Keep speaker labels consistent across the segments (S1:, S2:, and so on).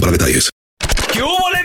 S1: para detalles.
S2: ¿Qué hubo, le,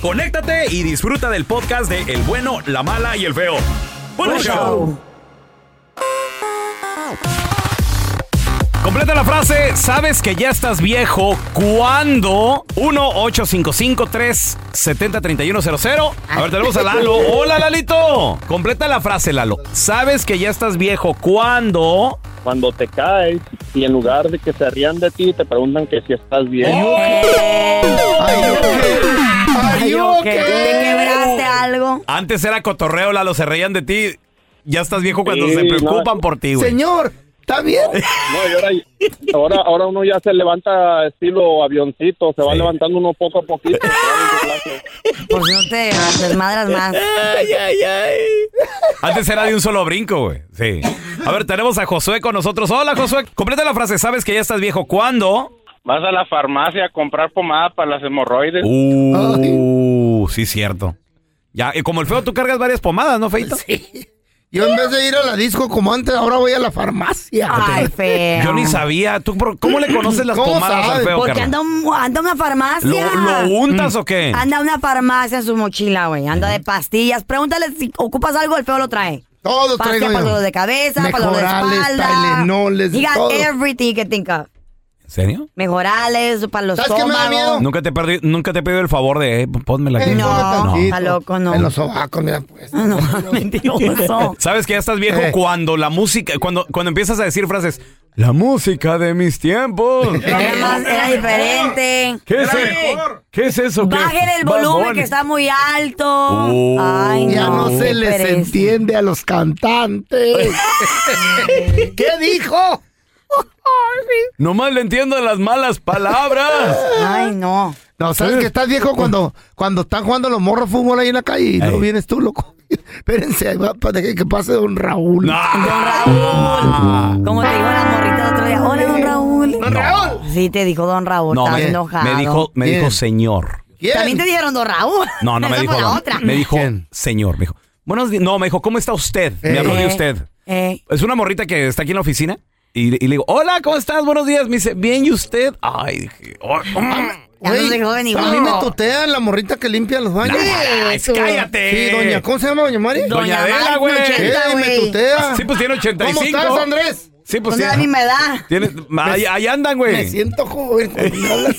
S2: conéctate y disfruta del podcast de El bueno, la mala y el feo. Buen
S3: Buen
S2: show.
S3: show.
S2: Completa la frase, sabes que ya estás viejo cuando 1 855 370 3100 A ver, tenemos a Lalo. Hola, Lalito. Completa la frase, Lalo. Sabes que ya estás viejo cuando
S4: cuando te caes y en lugar de que se rían de ti, te preguntan que si estás bien.
S2: Oh.
S3: Ay, ok. ¿Te quebraste algo?
S2: Antes era cotorreo, Lalo, se reían de ti. Ya estás viejo cuando
S4: Sí,
S2: se preocupan
S4: no.
S2: por ti, güey.
S5: Señor, ¿está bien?
S4: No, y ahora, ahora, ahora uno ya se levanta estilo avioncito, se va
S2: Sí.
S4: levantando uno poco a poquito.
S3: Por si no te desmadras más.
S2: Antes era de un solo brinco, güey. Sí. A ver, tenemos a Josué con nosotros. Hola, Josué. Completa la frase, sabes que ya estás viejo cuando.
S4: Vas a la farmacia a comprar pomada para las hemorroides.
S2: Uh, sí, cierto. Ya, y como el feo, tú cargas varias pomadas, ¿no, Feito?
S5: Yo en vez de ir a la disco como antes, ahora voy a la farmacia.
S3: Ay, feo.
S2: Yo ni sabía. ¿Tú, por- ¿Cómo le conoces las
S5: ¿Cómo
S2: pomadas al
S5: sabes?
S2: feo,
S3: Porque
S2: carnal?
S3: anda, un- anda una farmacia.
S2: ¿Lo, lo untas o qué?
S3: Anda una farmacia en su mochila, güey. Anda de pastillas. Pregúntale si ocupas algo, el feo lo trae.
S5: Todos
S3: Pastillas
S5: traigo
S3: para los
S5: yo.
S3: dolores de cabeza, para los dolores de
S5: Mejorales,
S3: espalda.
S5: Tylenoles,
S3: He got
S5: todo.
S3: everything que think of.
S2: ¿En serio?
S3: Mejorales, para los
S5: ¿Sabes qué me da
S3: estómagos.
S2: Nunca te, he perdi- nunca te he pedido el favor de, eh, pónmela aquí.
S5: Eh, ponle
S3: No,
S5: tantito.
S3: está loco, no. Ah,
S5: En los sobacos, mira pues.
S3: No, mentiroso.
S2: Sabes que ya estás viejo
S5: Eh.
S2: cuando la música, cuando, cuando empiezas a decir frases, la música de mis tiempos.
S3: Era, más- era diferente.
S2: ¿Qué es, eso? ¿Qué es eso? que-
S3: Bajen el
S2: Bad
S3: volumen
S2: Bunny?
S3: que está muy alto.
S2: Uh,
S3: Ay, no.
S5: Ya no,
S3: qué
S5: se les
S3: pereza.
S5: entiende a los cantantes. ¿Qué dijo?
S2: Nomás le entiendo las malas palabras.
S3: Ay, no.
S5: No, ¿sabes que estás viejo cuando, cuando están jugando los morros fútbol ahí en la calle y luego
S2: Ey.
S5: vienes tú, loco? Espérense, ahí va, para que, que pase don Raúl.
S3: Don
S2: Ah.
S3: Raúl. Como te dijo la morrita el otro día. Hola, don Raúl.
S5: Eh, ¡Don Raúl!
S3: Sí, te dijo don Raúl.
S2: No,
S3: Estaba
S2: me,
S3: enojado.
S2: me dijo, me
S5: Bien.
S2: dijo señor.
S5: ¿Quién?
S3: También te dijeron don Raúl.
S2: No, no me
S3: Esa
S2: dijo.
S3: fue la
S2: don-
S3: otra.
S2: Me dijo
S5: ¿Quién?
S2: señor. Me dijo, buenos días. No, me dijo, ¿cómo está usted? Me
S5: Eh.
S2: habló de
S3: Eh,
S2: usted.
S3: eh.
S2: Es una morrita que está aquí en la oficina. Y, y le digo, hola, ¿cómo estás? Buenos días. Me dice, bien, ¿y usted? Ay, dije, oh,
S5: Ah,
S2: mm.
S3: Ya
S5: Güey,
S3: nos dejó de ni
S5: a
S3: modo.
S5: mí me tutean la morrita que limpia los baños.
S2: Ay, cállate.
S5: Sí, doña, ¿cómo se llama doña Mari?
S2: Doña
S3: Doña
S2: Adela,
S3: Mari,
S2: güey.
S5: Eh,
S3: 80,
S5: me
S3: güey.
S5: tutea.
S2: Sí, pues tiene 85.
S5: ¿Cómo estás, Andrés?
S2: Sí, pues
S3: Son de la
S2: tiene.
S3: misma edad.
S2: tiene- ahí, ahí andan,
S5: Me
S2: güey.
S5: siento joven cuando me hablas.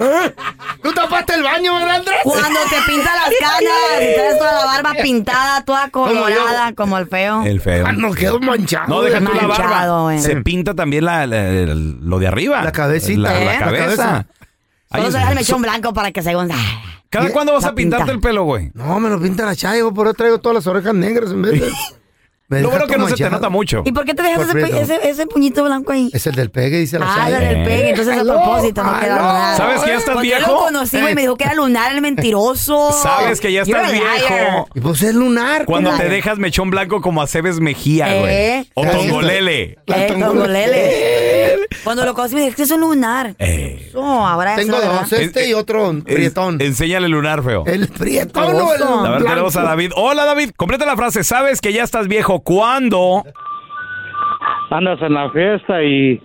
S5: ¿Eh? ¿Tú tapaste el baño, verdad, Andrés?
S3: Cuando te pinta las canas y traes toda la barba pintada, toda colorada, como el feo.
S2: El feo.
S5: Ah, nos quedó manchado.
S2: No, deja tú la
S3: Manchado, eh.
S2: barba.
S3: güey.
S2: Se pinta también la, la- la- lo de arriba.
S5: La cabecita.
S2: La, la
S3: ¿Eh?
S2: cabeza.
S5: La cabeza.
S2: Ay,
S3: Vamos a dejar el
S2: so-
S3: mechón blanco para que según. Ah.
S2: ¿Cada
S5: ¿Qué?
S2: cuándo vas
S3: La
S2: a pintarte
S3: pinta.
S2: el pelo, güey?
S5: No, me lo pinta la chaya, por eso traigo todas las orejas negras en vez de... Me
S2: Lo
S5: deja
S2: bueno que
S5: todo
S2: no se te
S5: manchado.
S2: nota mucho.
S3: ¿Y por qué te dejaste ese,
S5: Por
S3: pe-
S5: prieto.
S3: ese, ese puñito blanco ahí?
S5: Es el del pegue, dice la
S3: Ah,
S5: chaya.
S3: lo del
S2: Eh.
S3: pegue, entonces a
S5: Aló,
S3: propósito no queda
S5: aló.
S3: nada.
S2: ¿Sabes que ya estás
S3: Porque
S2: viejo?
S3: Yo lo conocí güey, y me dijo que era lunar el mentiroso.
S2: Sabes que ya
S3: Oh, You're
S2: estás
S3: a liar.
S2: viejo.
S5: Y pues es lunar.
S2: Cuando
S5: ¿cómo?
S2: te dejas mechón blanco como a Cebes Mejía, güey.
S3: ¿Eh?
S2: O Tongolele.
S5: La
S3: Eh,
S5: tongo-
S3: como Lele. Cuando lo conocí me dijo que es un lunar.
S2: Eh,
S3: No, ahora
S5: Tengo
S3: eso, ¿verdad?
S5: dos, este y otro
S2: en-
S5: prietón.
S2: enséñale lunar, feo.
S5: El prietón o el
S3: Baboso.
S2: A ver,
S5: blanco.
S2: tenemos a David. Hola, David. Completa la frase. ¿Sabes que ya estás viejo? ¿Cuándo?
S4: Andas en la fiesta y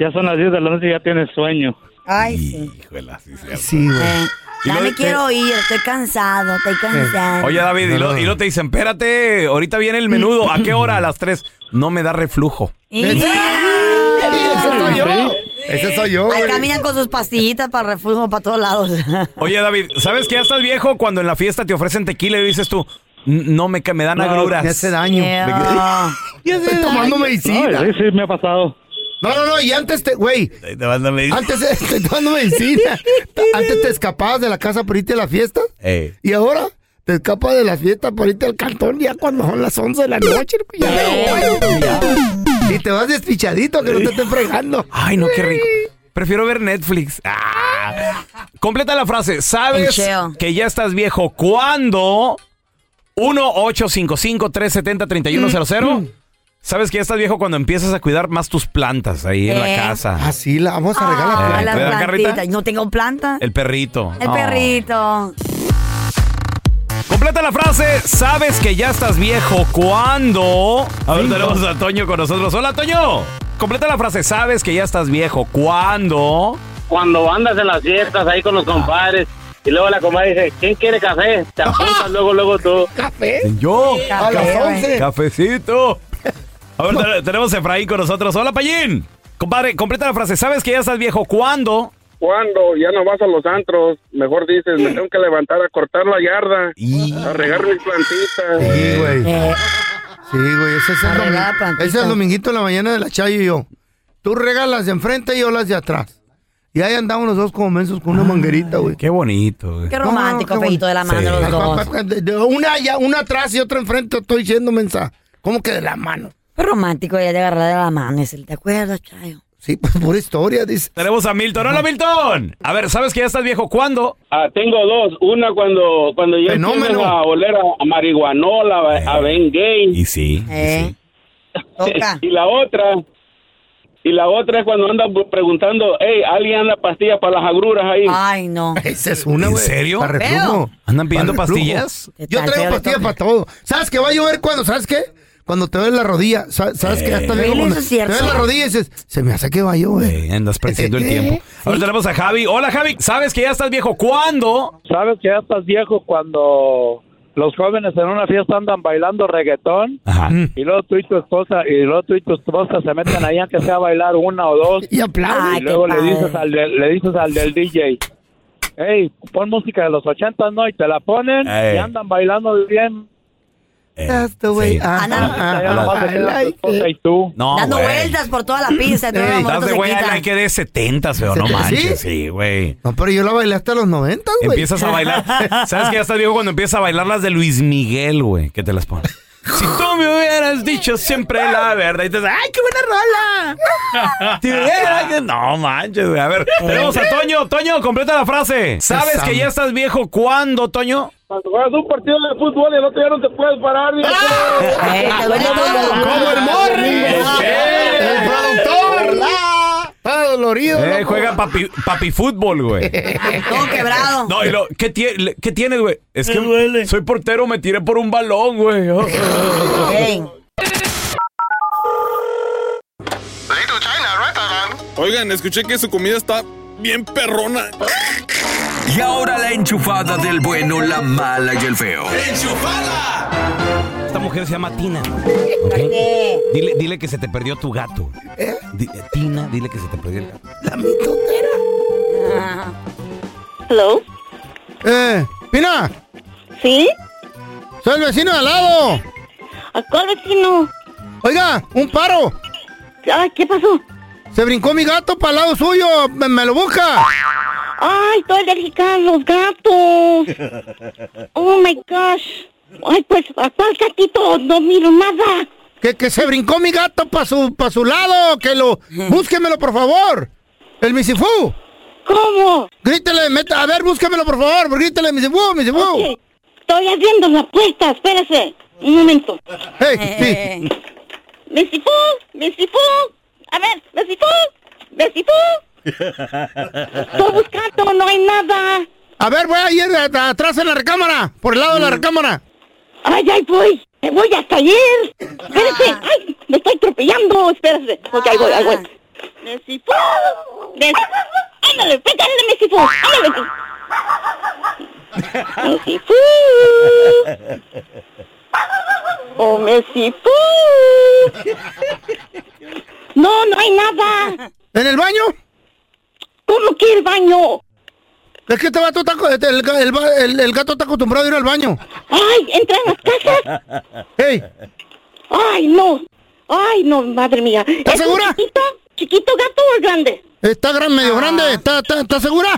S4: ya son las 10 de la noche y ya tienes sueño.
S3: Ay, sí.
S2: Híjole, sí, cierto.
S5: Sí, güey.
S3: Eh,
S2: Y
S3: ya
S2: lo-
S3: me quiero ir, estoy cansado, estoy
S5: Eh,
S3: cansado.
S2: Oye, David, y lo, y lo te dicen, espérate, ahorita viene el menudo. ¿A qué hora? A las 3. No me da reflujo.
S3: Y-
S5: Sí, ese soy yo.
S4: ¿Sí?
S5: Ese soy yo,
S3: Ahí
S5: güey.
S3: caminan con sus pastillitas para el refugio, para todos lados.
S2: Oye, David, ¿sabes que ya estás viejo cuando en la fiesta te ofrecen tequila y dices tú, "N- no me, ca- me dan agruras?
S5: Me hace daño.
S3: Yeah.
S5: Ya estoy tomando medicina.
S4: No, sí, sí, me ha pasado.
S5: No, no, no, y antes te, güey,
S2: Te van a medir.
S5: antes estoy tomando medicina. Antes te escapabas de la casa por irte a la fiesta.
S2: Ey.
S5: Y ahora te escapas de la fiesta por irte al cantón ya cuando son las 11 de la noche. güey, ya me voy, ya. Y te vas despichadito que no te estén fregando.
S2: Ay, no, qué rico. Prefiero ver Netflix. Ah. Completa la frase.
S3: El
S2: ¿Sabes
S3: cheo.
S2: que ya estás viejo cuando
S5: Mm.
S2: 1-855-370-3100? ¿Sabes que ya estás viejo cuando empiezas a cuidar más tus plantas ahí en la
S3: Eh.
S2: casa?
S5: Así Ah, la vamos a regalar.
S3: Ah, las
S2: planta. ¿Te da la
S3: plantitas.
S2: carrita?
S3: No tengo planta. El,
S2: El perrito. Ah.
S3: perrito.
S2: Completa la frase. ¿Sabes que ya estás viejo cuando? A ver, tenemos a Toño con nosotros. Hola, Toño. Completa la frase. ¿Sabes que ya estás viejo cuando?
S4: Cuando andas en las fiestas ahí con los compadres y luego la comadre dice, ¿quién quiere café? Te apuntas luego, luego tú.
S5: café.
S2: Yo.
S5: A las
S3: Café, güey.
S5: 11.
S2: Cafecito. A ver, te- tenemos a Efraín con nosotros. Hola, Payín. Compadre, completa la frase. ¿Sabes que ya estás viejo? ¿Cuándo?
S6: cuando ya no vas a los antros, mejor dices, me tengo que levantar a cortar la yarda, a regar mis plantitas.
S5: Sí, güey.
S3: Eh,
S5: Sí, güey. Ese es el,
S3: Arreglada
S5: domingo-
S3: plantita.
S5: ese es el dominguito en la mañana de la Chayo y yo. Tú regalas de enfrente y yo las de atrás. Y ahí andamos los dos como mensos con una manguerita, güey.
S2: Ah, Qué bonito. güey.
S3: qué
S5: no,
S3: romántico,
S5: qué
S3: feito de la mano
S2: Sí.
S3: los dos.
S5: De- de Una, allá, una atrás y otra enfrente, estoy diciendo mensaje. ¿Cómo que de la mano?
S3: Qué romántico ella de agarrar de la mano. es el, ¿Te acuerdas, Chayo?
S5: Sí, pues por historia, dice.
S2: Tenemos a Milton. Hola, Milton. A ver, ¿sabes que ya estás viejo? ¿Cuándo?
S6: Ah, tengo dos, una cuando cuando yo
S5: Fenómeno.
S6: empiezo a oler a, a marihuanola, a- a Ben Gain,
S2: sí.
S3: Eh. Toca.
S6: y la otra y la otra es cuando andas bu- preguntando, hey, alguien anda pastillas para las agruras ahí.
S3: Ay, no.
S5: Esa es una,
S2: ¿En
S5: güey.
S2: serio?
S5: Para reflujo.
S2: ¿Andan pidiendo
S5: Para reflujo.
S2: pastillas?
S3: ¿Qué
S5: Yo
S3: tal,
S5: traigo
S3: feo le
S5: pastillas
S3: toca?
S5: para todo. ¿Sabes que va a llover cuando? ¿Sabes qué? Cuando te ves la rodilla. Sa- ¿Sabes que ya está
S3: Really,
S5: bien? cuando
S3: eso es cierto.
S5: Te ves la rodilla y dices, se me hace que va a llover.
S2: Eh, andas perdiendo el tiempo. A ver, tenemos a Javi. Hola, Javi. ¿Sabes que ya estás viejo? ¿Cuándo?
S4: ¿Sabes que ya estás viejo cuando los jóvenes en una fiesta andan bailando reggaetón?
S2: Ajá.
S5: Mm.
S4: Y luego tú y tu esposa, y luego tú y tu esposa se meten ahí aunque sea a bailar una o dos.
S5: Y aplaude.
S3: Ay,
S4: y luego
S3: qué
S4: le dices,
S3: padre.
S4: al del- le dices al del DJ, hey, pon música de los 80, ¿no? Y te la ponen
S2: Ey.
S4: y andan bailando bien.
S5: That's the way I-
S3: Ana-
S5: I-
S4: Ya nomás te
S5: I
S4: queda tu
S5: like it.
S4: esposa y tú.
S2: No,
S3: Dando
S2: güey.
S3: vueltas por toda la pista. Todo
S5: Ey,
S3: el
S2: Estás
S3: momento
S2: de
S3: se
S2: güey
S3: quitan.
S2: hay que de 70, feo. No
S5: ¿Sí?
S2: manches. Sí, güey.
S5: No, pero yo la bailé hasta los 90, güey.
S2: Empiezas a bailar. ¿Sabes que ya estás viejo cuando empiezas a bailar las de Luis Miguel, güey? Que te las pones. Si tú me hubieras dicho siempre la verdad, y te dices, ¡ay, qué buena rola! Te hubiera que- No manches, güey. A ver, tenemos a Toño. Toño, completa la frase. ¿Sabes que ya estás viejo cuándo, Toño?
S6: Cuando juegas un partido de fútbol y el otro ya no te puedes parar. viejo.
S2: ¡Ah!
S3: Eh, te duele todo.
S5: Como el morri. El productor. la- Está dolorido.
S2: Eh,
S5: loco.
S2: juega papi, papi fútbol, güey.
S3: Todo quebrado.
S2: No, y lo, ¿qué, tie- ¿qué tienes, güey? Es que soy portero, me tiré por un balón, güey. Oh.
S3: Ey.
S7: Oigan, escuché que su comida está bien perrona.
S8: Y ahora la enchufada del bueno, la mala y el feo.
S2: Esta mujer se llama Tina. ¿ok? Dile, dile que se te perdió tu gato. Di- eh, Tina, dile que se te perdió el gato.
S3: Ah.
S9: Hello.
S5: Eh, Pina,
S9: ¿Sí?
S5: soy el vecino de al lado.
S9: ¿A cuál vecino?
S5: Oiga, un paro.
S9: Ay, ¿qué pasó?
S5: Se brincó mi gato para el lado suyo. Me, me lo busca.
S9: Ay, estoy alérgica a "Ah, los gatos. Oh my gosh. Ay, pues, ¿a cuál gatito? No miro nada.
S5: Que, que se brincó mi gato para su, pa' su lado. Que lo. Búsquemelo, por favor. El misifú.
S9: ¿Cómo?
S5: Grítele, meta- a ver, búsquemelo, por favor. Grítele, misifú, misifú.
S9: Ok, Estoy haciendo la apuesta, espérese. Un momento.
S5: Hey, sí.
S3: Eh.
S9: Mesifú, Mesifú. A ver, Mesifú, Mesifú. Estoy buscando, no hay nada.
S5: A ver, voy a ir a- a- atrás en la recámara. Por el lado de la recámara.
S9: Ay, ay, voy. Me voy hasta ayer. Espérese. Ay, me estoy atropellando. Espérese. Ok, ahí voy, ahí voy. Mesifú. Mes... Ándale, pégale de Mesifú. Ándale. tú. Mesifú. Oh, Mesifú. No, no hay nada.
S5: ¿En el baño?
S9: ¿Cómo que el baño?
S5: Es que este vato está co- este, el, ga- el va- el- el gato está acostumbrado a ir al baño.
S9: ¡Ay, entra en las casas!
S5: ¡Ey!
S9: ¡Ay, no! ¡Ay, no, madre mía! ¿Es un
S5: segura?
S9: Chiquito, ¿Chiquito gato o el grande? Ah.
S5: ¿Está gran, medio grande? ¿Está, está, está segura?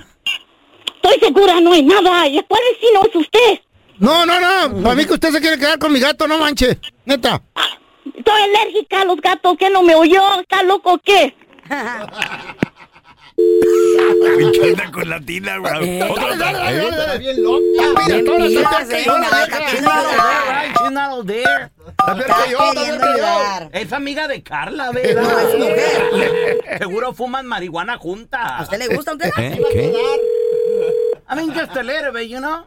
S9: Estoy segura, no hay nada. ¿Y cuál vecino es usted?
S5: No, no, no. Para mí que usted se quiere quedar con mi gato, no manche. Neta.
S9: Ah, Estoy alérgica a los gatos, ¿qué no me oyó? ¿Está loco o qué?
S2: con la tina, güey.
S5: Dale, dale, dale, dale, dale.
S3: Bien
S5: Mira, todas
S3: pilas,
S5: las
S3: eh,
S5: viejas,
S3: la vaca
S5: viejas.
S3: piluda.
S10: She's not out there.
S5: Está peor que yo,
S3: Está
S5: está peor
S3: queriendo
S5: que yo.
S3: ayudar.
S10: Es amiga de Carla,
S3: No, es mujer.
S10: Seguro fuman marihuana
S3: ¿A
S10: juntas.
S3: usted le gusta? a ¿Usted?
S2: ¿Eh? ¿Qué?
S10: I mean, just a little bit, you know?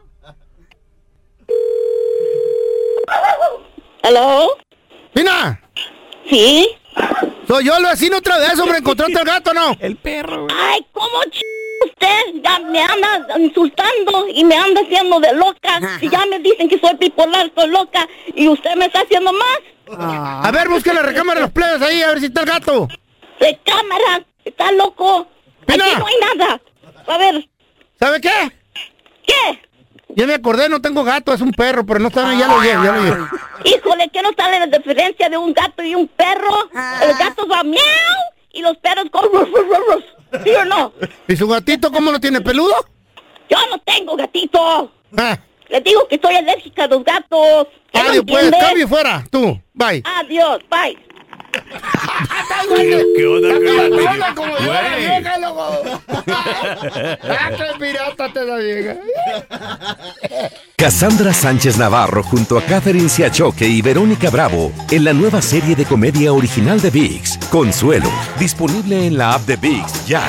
S9: ¿Aló?
S5: Mina,
S9: ¿Sí?
S5: soy yo el vecino otra vez, hombre. ¿Encontraste al gato no?
S2: El perro, güey.
S9: ¡Ay, cómo ch... Usted ya me anda insultando y me anda haciendo de loca. Si ya me dicen que soy bipolar, soy loca. Y usted me está haciendo más.
S5: A ver, busca la recámara de los plebes ahí, a ver si está el gato.
S9: De cámara, está loco.
S5: Pina.
S9: Aquí no hay nada. A ver,
S5: ¿Sabe qué?
S9: ¿qué?
S5: Ya me acordé, no tengo gato, es un perro, pero no está, ya lo llevo, ya lo llevo.
S9: Híjole, ¿qué no sale la diferencia de un gato y un perro?
S3: Ah.
S9: El gato va miau y los perros con... ruf, ruf, ruf, ruf. ¿Sí o no?
S5: ¿Y su gatito cómo lo tiene, peludo?
S9: Yo no tengo gatito.
S5: Ah,
S9: Les digo que soy alérgica a los gatos. ¿Qué no
S5: adiós, pues,
S9: entienden?
S5: cambio y fuera, tú, bye.
S9: Adiós, bye.
S2: ¿Qué onda, güey? Güey.
S8: Cassandra Sánchez Navarro junto a Catherine Siachoque y Verónica Bravo en la nueva serie de comedia original de VIX, Consuelo, disponible en la app de VIX ya.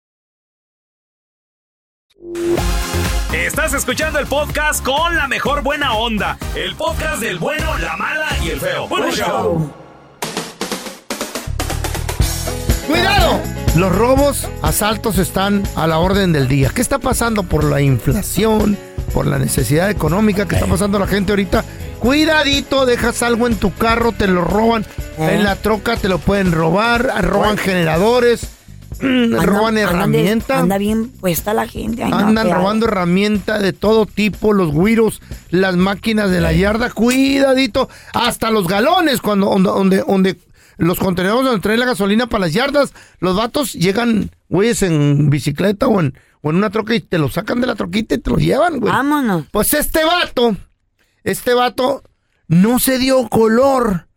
S2: Estás escuchando el podcast con la mejor buena onda. El podcast del bueno, la mala y el feo. Buen show.
S5: ¡Cuidado! Los robos, asaltos están a la orden del día. ¿Qué está pasando por la inflación, por la necesidad económica que está pasando la gente ahorita? Cuidadito, dejas algo en tu carro, te lo roban. En la troca te lo pueden robar, roban generadores, mm,
S3: Anda-
S5: roban
S3: andan de-
S5: herramientas.
S3: Anda bien puesta la gente. ay, no,
S5: Andan
S3: qué
S5: robando herramientas de todo tipo, los güiros, las máquinas de la yarda, cuidadito, hasta los galones, cuando donde, donde, donde los contenedores donde traen la gasolina para las yardas, los vatos llegan, güeyes, en bicicleta o en, o en una troca y te lo sacan de la troquita y te lo llevan, güey.
S3: Vámonos.
S5: Pues este vato, este vato no se dio color.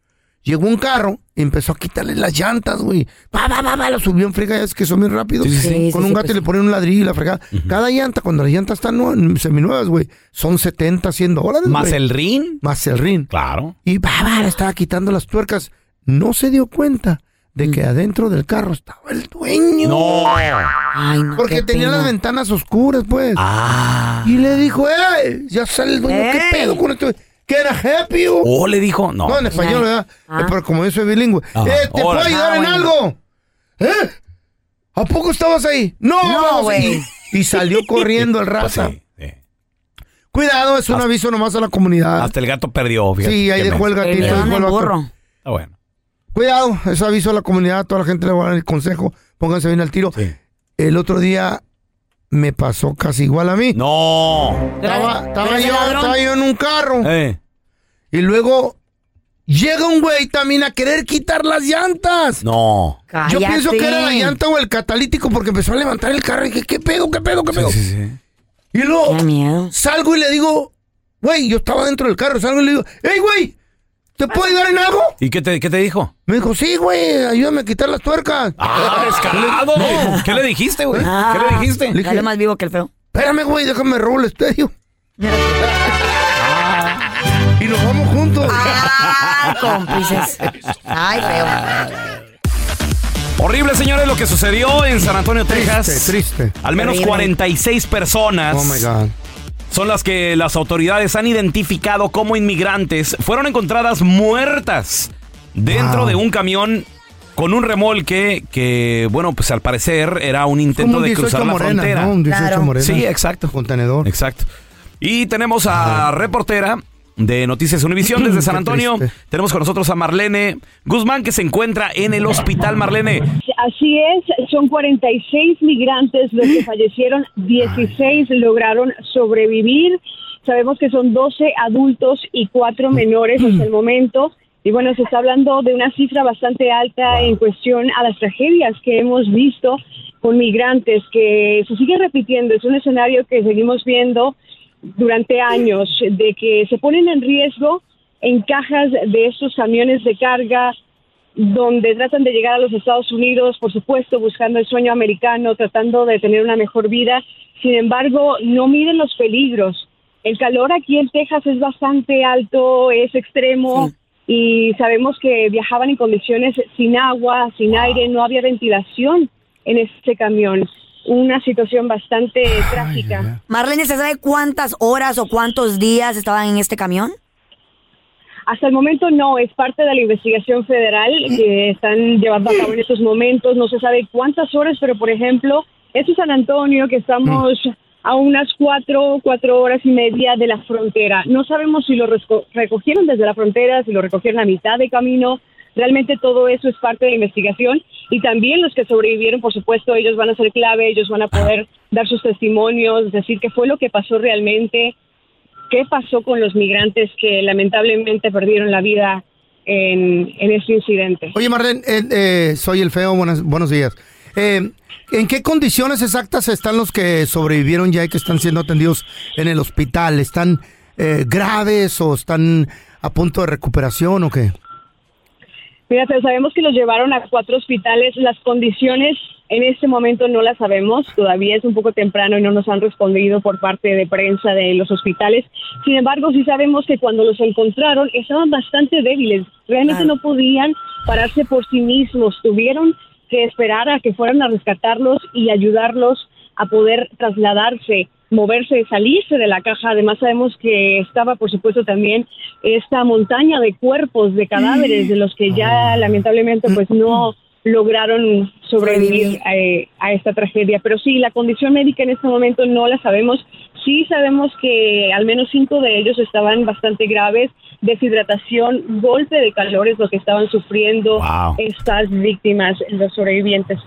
S5: Llegó un carro y empezó a quitarle las llantas, güey. Va, va, va, va, lo subió en frega, es que son bien rápidos.
S3: sí, sí.
S5: Con
S3: Sí,
S5: un
S3: sí,
S5: gato
S3: pues
S5: y le
S3: sí.
S5: ponen un ladrillo y la fregada. Cada llanta, cuando las llantas están nue- seminuevas, güey, son 70, 100 dólares.
S2: Más
S5: güey.
S2: el rin.
S5: Más el rin.
S2: Claro.
S5: Y va, va, le estaba quitando las tuercas. No se dio cuenta
S3: Mm.
S5: de que adentro del carro estaba el dueño.
S2: No.
S3: Ay, no.
S5: Porque
S3: qué
S5: tenía
S3: pena.
S5: las ventanas oscuras, pues.
S2: Ah.
S5: Y le dijo, eh, ya sale el dueño, ¿qué
S3: Ey.
S5: pedo con esto? ¿Qué era happy? o?
S2: O Oh, le dijo, no.
S5: No, en español, ¿verdad?
S3: Ah.
S5: Eh, pero como yo soy bilingüe.
S2: Ajá.
S5: Eh, ¿Te puedo
S2: Órale.
S5: ayudar
S3: Ah,
S5: en
S3: bueno.
S5: algo? ¿Eh? ¿A poco estabas ahí? No,
S3: No,
S5: vamos,
S3: güey.
S5: Y, y salió corriendo el
S2: Pues
S5: raza.
S2: sí, sí.
S5: Cuidado, es un
S2: Hasta-
S5: aviso nomás a la comunidad.
S2: Hasta el gato perdió, fíjate.
S5: Sí, ahí
S2: Qué
S5: dejó el
S2: menso.
S5: gatito.
S3: Perdón,
S5: ahí dejó el
S3: el
S5: vato.
S3: burro.
S2: Está bueno.
S5: Cuidado, es aviso a la comunidad, a toda la gente le voy a dar el consejo. Pónganse bien al tiro.
S2: Sí.
S5: El otro día me pasó casi igual a mí.
S2: No.
S5: Estaba, estaba
S3: ¿Pero ese
S5: yo,
S3: ladrón?
S5: estaba yo en un carro.
S2: Eh.
S5: Y luego Llega un güey también a querer quitar las llantas.
S2: No.
S5: Yo
S2: Cállate.
S5: pienso que era la llanta o el catalítico porque empezó a levantar el carro y dije, ¿qué pedo, qué pedo, qué pedo? Y luego salgo y le digo, güey, yo estaba dentro del carro, salgo y le digo, hey, güey, ¿te puedo ayudar en algo?
S2: ¿Y qué te, qué te dijo?
S5: Me dijo, sí, güey, ayúdame a quitar las tuercas. Ah.
S2: ¡Ah, descarado! ¿Qué le dijiste, güey? ¿Qué le dijiste?
S5: Le dije,
S3: más vivo que el feo.
S5: Espérame, güey, déjame robo el estéreo.
S2: Ah.
S5: y nos vamos juntos.
S3: Ah, cómplices. Ay, feo.
S2: Horrible, señores, lo que sucedió en San Antonio, Texas.
S5: triste.
S2: Al menos
S5: Terrible.
S2: 46 personas.
S5: Oh, my God.
S2: Son las que las autoridades han identificado como inmigrantes. Fueron encontradas muertas dentro
S11: Wow.
S2: de un camión con un remolque que, bueno, pues al parecer era un
S5: Como
S2: intento
S5: un
S2: de
S5: 18
S2: cruzar la
S5: morena,
S2: frontera.
S5: ¿no? Un 18 Claro. morena.
S2: Sí, exacto.
S5: Contenedor.
S2: Exacto. Y tenemos a reportera de Noticias Univisión desde San
S12: Qué
S2: Antonio.
S12: triste.
S2: Tenemos con nosotros a Marlene Guzmán que se encuentra en el hospital. Marlene,
S12: Así es, son 46 migrantes los que fallecieron, 16 lograron sobrevivir. Sabemos que son 12 adultos y 4 menores hasta el momento. Y bueno, se está hablando de una cifra bastante alta en cuestión a las tragedias que hemos visto con migrantes, que se sigue repitiendo, es un escenario que seguimos viendo durante años, de que se ponen en riesgo en cajas de estos camiones de carga, donde tratan de llegar a los Estados Unidos, por supuesto, buscando el sueño americano, tratando de tener una mejor vida. Sin embargo, no miden los peligros. El calor aquí en Texas es bastante alto, es extremo y sabemos que viajaban en condiciones sin agua, sin aire, no había ventilación en este camión. Una situación bastante trágica.
S3: Marlene, ¿se sabe cuántas horas o cuántos días estaban en este camión?
S12: Hasta el momento no, es parte de la investigación federal que están llevando a cabo en estos momentos. No se sabe cuántas horas, pero por ejemplo, este es San Antonio, que estamos a unas cuatro, cuatro horas y media de la frontera. No sabemos si lo resco- recogieron desde la frontera, si lo recogieron a mitad de camino. Realmente todo eso es parte de la investigación y también los que sobrevivieron, por supuesto, ellos van a ser clave, ellos van a poder dar sus testimonios, decir qué fue lo que pasó realmente qué pasó con los migrantes que lamentablemente perdieron la vida en, en este incidente.
S5: Oye, Marlene, eh, eh, soy el feo, buenas- buenos días. Eh, ¿En qué condiciones exactas están los que sobrevivieron ya y que están siendo atendidos en el hospital? ¿Están eh, graves o están a punto de recuperación o qué?
S12: Mira, pero sabemos que los llevaron a cuatro hospitales. Las condiciones en este momento no las sabemos. Todavía es un poco temprano y no nos han respondido por parte de prensa de los hospitales. Sin embargo, sí sabemos que cuando los encontraron estaban bastante débiles. Realmente no podían pararse por sí mismos. Tuvieron que esperar a que fueran a rescatarlos y ayudarlos a poder trasladarse, moverse, salirse de la caja. Además sabemos que estaba, por supuesto, también esta montaña de cuerpos, de cadáveres, de los que ya lamentablemente pues no lograron sobrevivir eh, a, esta tragedia. Pero sí, la condición médica en este momento no la sabemos. Sí sabemos que al menos cinco de ellos estaban bastante graves, deshidratación, golpe de calor es lo que estaban sufriendo
S2: Wow.
S12: estas víctimas, los sobrevivientes.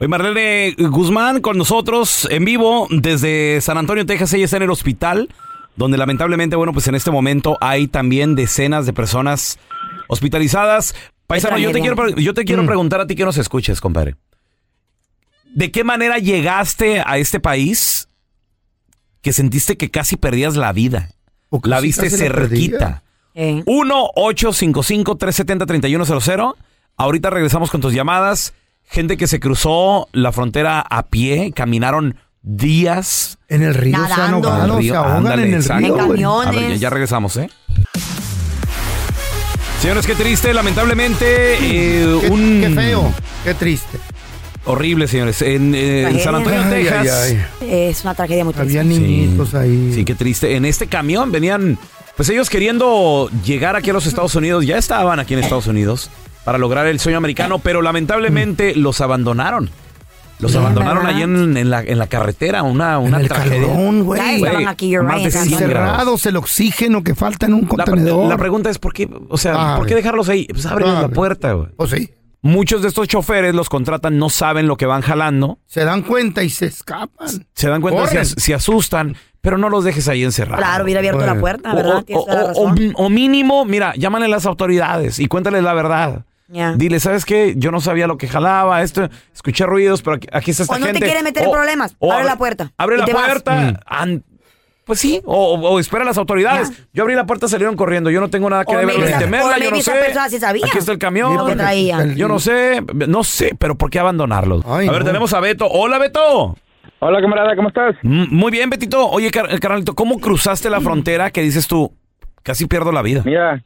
S2: Hoy Marlene Guzmán con nosotros en vivo desde San Antonio, Texas. Ella está en el hospital, donde lamentablemente, bueno, pues en este momento hay también decenas de personas hospitalizadas. Paisano, yo te
S11: tragedia.
S2: quiero, pre- yo te quiero
S5: Mm.
S12: Mm.
S2: preguntar a ti que nos escuches, compadre. ¿De qué manera llegaste a este país que sentiste que casi perdías la vida? La
S11: casi
S2: viste
S11: casi la
S2: cerquita. 1-855-370-3100. Ahorita regresamos con tus llamadas. Gente que se cruzó la frontera a pie, caminaron días.
S5: En el río se han
S2: Nadando.
S5: ahogado,
S2: Al río,
S5: se ahogan
S2: ándale,
S5: en el
S2: exacto.
S5: río. güey.
S2: A ver, ya, ya regresamos, ¿eh? Señores, qué triste, lamentablemente. eh,
S5: Qué-
S2: un...
S5: qué feo, qué triste.
S2: Horrible, señores. En, eh, en San Antonio,
S5: Ay, ay,
S2: Texas.
S5: ay.
S3: Es una tragedia muy triste.
S5: Había niñitos ahí.
S2: Sí, qué triste. En este camión venían, pues ellos queriendo llegar aquí a los Estados Unidos, ya estaban aquí en Estados Unidos para lograr el sueño americano, pero
S5: Mm.
S2: lamentablemente los abandonaron. Los abandonaron allí en, en la, en la carretera, una, una tragedia.
S5: Calorón, güey.
S2: Güey, más de 100 grados.
S5: Cerrados, el oxígeno que falta en un contenedor. Ah,
S2: La pregunta es por qué, o sea,
S5: Abre.
S2: ¿por qué dejarlos ahí? Pues abren la
S5: Abre.
S2: puerta, güey.
S5: ¿O Pues sí?
S2: Muchos de estos choferes los contratan, no saben lo que van jalando.
S5: Se dan cuenta y se escapan.
S2: Se dan cuenta, se,
S5: Corren.
S2: as- se asustan, Pero no los dejes ahí encerrados.
S3: Claro, hubiera abierto la puerta,
S2: O-
S11: Oh,
S3: ¿verdad?
S2: o-
S3: Tienes toda la
S2: o- o-
S3: razón.
S2: o mínimo, mira, llámale a las autoridades y cuéntales la verdad.
S3: Ya.
S2: Dile, ¿sabes qué? Yo no sabía lo que jalaba, esto, escuché ruidos, pero aquí, aquí está esta
S3: O no te
S2: gente.
S3: quieres meter en
S2: O-
S3: problemas.
S2: o
S3: abre la puerta.
S2: Abre
S3: y
S2: la
S3: te vas.
S2: puerta. an- pues sí, o, o- o espera a las autoridades. Yo abrí la puerta, salieron corriendo. Yo no tengo nada que
S3: O
S2: ver
S3: maybe
S2: ni
S3: esa-
S2: temerla,
S3: o
S2: yo
S3: maybe
S2: no
S3: esa
S2: sé.
S3: persona sí sabía
S2: Aquí está el
S3: lo
S2: camión.
S3: que traía.
S2: Yo no sé, no sé, pero ¿por qué abandonarlos? a ver, tenemos a Beto. Hola, Beto. Mm,
S11: Hola, camarada, ¿cómo estás?
S2: Muy bien, Betito. Oye, car- eh, carnalito, ¿cómo cruzaste la frontera que dices tú? Casi pierdo la vida.
S11: Mira,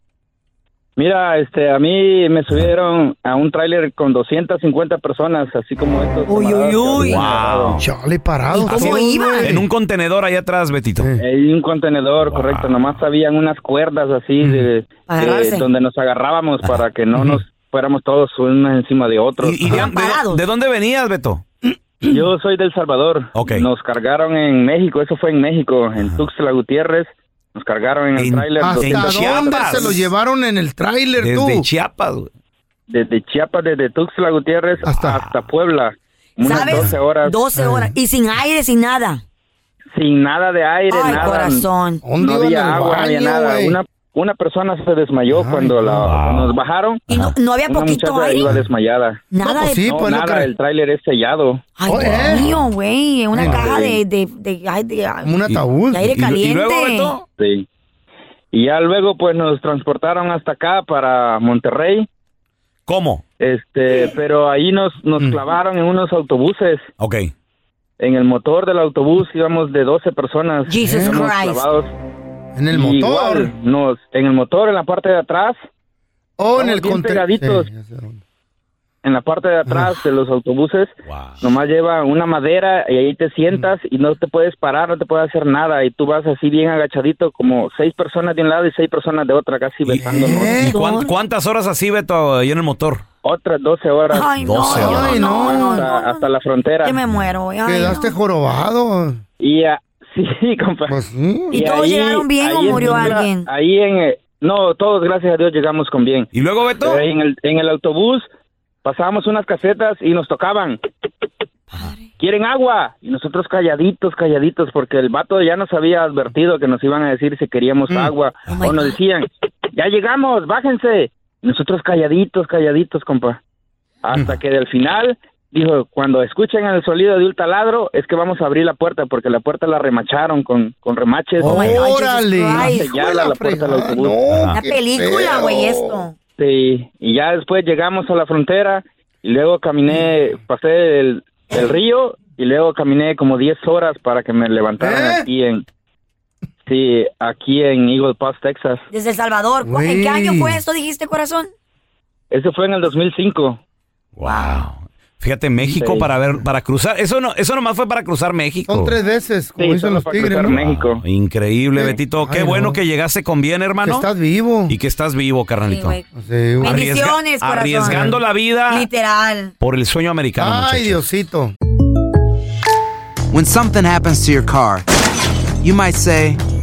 S11: mira, este, a mí me subieron a un tráiler con 250 personas, así como estos. Uy, uy, uy.
S2: Wow.
S5: Chale, parado.
S2: Así, En un contenedor ahí atrás, Betito.
S11: Hay un contenedor, correcto. Nomás habían unas cuerdas así
S2: Mm.
S11: de,
S2: Para
S11: de-
S2: agarrarse.
S11: donde nos agarrábamos para que no nos fuéramos todos unos encima de otros.
S2: ¿Y de, de- de dónde venías, Beto?
S11: Yo soy del Salvador. Nos cargaron en México, eso fue en México, en Tuxtla Gutiérrez. Nos cargaron en el tráiler.
S5: ¿Hasta
S11: 250
S5: dónde se lo llevaron en el tráiler tú?
S2: Chiapas,
S11: Desde Chiapas, desde Tuxtla Gutiérrez hasta, Puebla. Unas
S3: ¿Sabes?
S11: 12 oh, horas.
S3: 12 horas. Y sin aire, sin nada.
S11: Sin nada de aire,
S3: Ay,
S11: nada.
S3: corazón.
S11: No había agua, no había nada. Una, una persona se desmayó cuando la, nos bajaron.
S3: Y no, no había
S11: una
S3: poquito
S11: muchacha
S3: aire.
S11: iba desmayada.
S3: Nada No, pues de- sí,
S11: No,
S3: pues, no
S11: nada,
S3: creo.
S11: el tráiler es sellado.
S3: Ay,
S5: Oh, eh.
S3: Dios mío, güey. Una caja de, de, de, ay, de- de aire caliente.
S11: Sí. Y ya luego, pues, nos transportaron hasta acá, para Monterrey.
S2: ¿Cómo?
S11: Este, pero ahí nos, nos
S3: Mm.
S11: clavaron en unos autobuses.
S2: Ok.
S11: En el motor del autobús íbamos de 12 personas.
S5: Jesus
S3: ¿Eh?
S11: Íbamos
S5: Christ.
S11: clavados.
S5: En el
S11: Y
S5: motor.
S11: igual, nos, en el motor, en la parte de atrás.
S5: Oh, en
S11: Estábamos
S5: el
S11: bien
S5: conte-
S11: pegaditos.
S5: Sí, ya sé dónde. Ah.
S11: en la parte de atrás de los autobuses, nomás lleva una madera y ahí te sientas
S5: Mm.
S11: y no te puedes parar, no te puedes hacer nada y tú vas así bien agachadito como seis personas de un lado y seis personas de otra, casi besando.
S2: ¿Y cuán- cuántas horas así, Beto, ahí en el motor?
S11: Otras 12 horas.
S3: Ay, no,
S2: 12
S3: no,
S2: horas.
S3: no, no, no.
S11: Hasta, hasta la frontera.
S3: Que me muero, güey. Ay,
S5: Quedaste jorobado. Pues
S11: Y ah, sí, compa.
S3: ¿Y todos llegaron bien o
S11: ahí en
S3: murió
S11: Tuxtla-
S3: alguien?
S11: Ahí en... eh, No, todos, gracias a Dios, llegamos con bien.
S2: ¿Y luego, Beto?
S11: en, el, en el autobús pasábamos unas casetas y nos tocaban. ¿Quieren agua? Y nosotros calladitos, calladitos, porque el vato ya nos había advertido que nos iban a decir si queríamos
S5: Mm.
S11: agua.
S5: Oh
S11: o nos decían, ya llegamos, bájense. Y nosotros calladitos, calladitos, compa. Hasta
S5: Mm.
S11: que del final dijo, cuando escuchen el sonido de un taladro, es que vamos a abrir la puerta, porque la puerta la remacharon con, con remaches.
S5: Oh my God, Jesus Órale. Christ.
S11: Sellada la puerta del autobús.
S3: Una película, güey, esto.
S11: Sí, y ya después llegamos a la frontera y luego caminé, pasé el, el río y luego caminé como 10 horas para que me levantaran aquí en sí, aquí en Eagle Pass, Texas.
S3: Desde El Salvador. ¿Cu- ¿En
S11: Güey.
S3: qué año fue esto, dijiste, corazón?
S11: Eso fue en el 2005.
S2: Wow. Fíjate, México
S11: Sí.
S2: para ver, para cruzar. Eso no, eso nomás fue para cruzar México.
S5: Son tres veces, como dicen los tigres, ¿no?
S2: México. Increíble, Betito. Qué
S5: Ay,
S2: bueno
S5: no.
S2: que llegaste con bien, hermano.
S5: Que estás vivo.
S2: Y que estás vivo, carnalito.
S3: güey.
S2: Arriesga-
S3: Bendiciones, corazón.
S2: Arriesgando la vida
S3: Literal.
S2: por el sueño americano.
S5: Ay,
S2: muchachos.
S5: Diosito.
S13: When something happens to your car, you might say, No!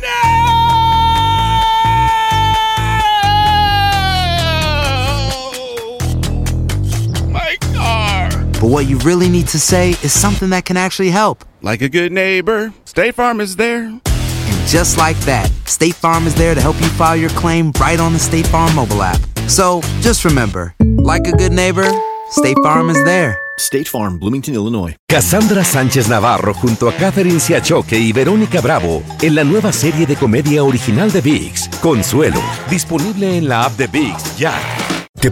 S7: My car.
S13: But what you really need to say is something that can actually help.
S7: Like a good neighbor, State Farm is there.
S13: And just like that, State Farm is there to help you file your claim right on the State Farm mobile app. So just remember, like a good neighbor, State Farm is there.
S8: State Farm, Bloomington, Illinois.
S13: Cassandra
S8: Sánchez Navarro junto a Catherine Siachoque y Verónica Bravo en la nueva serie de comedia original de VIX, Consuelo, disponible en la app de VIX ya. ¿Te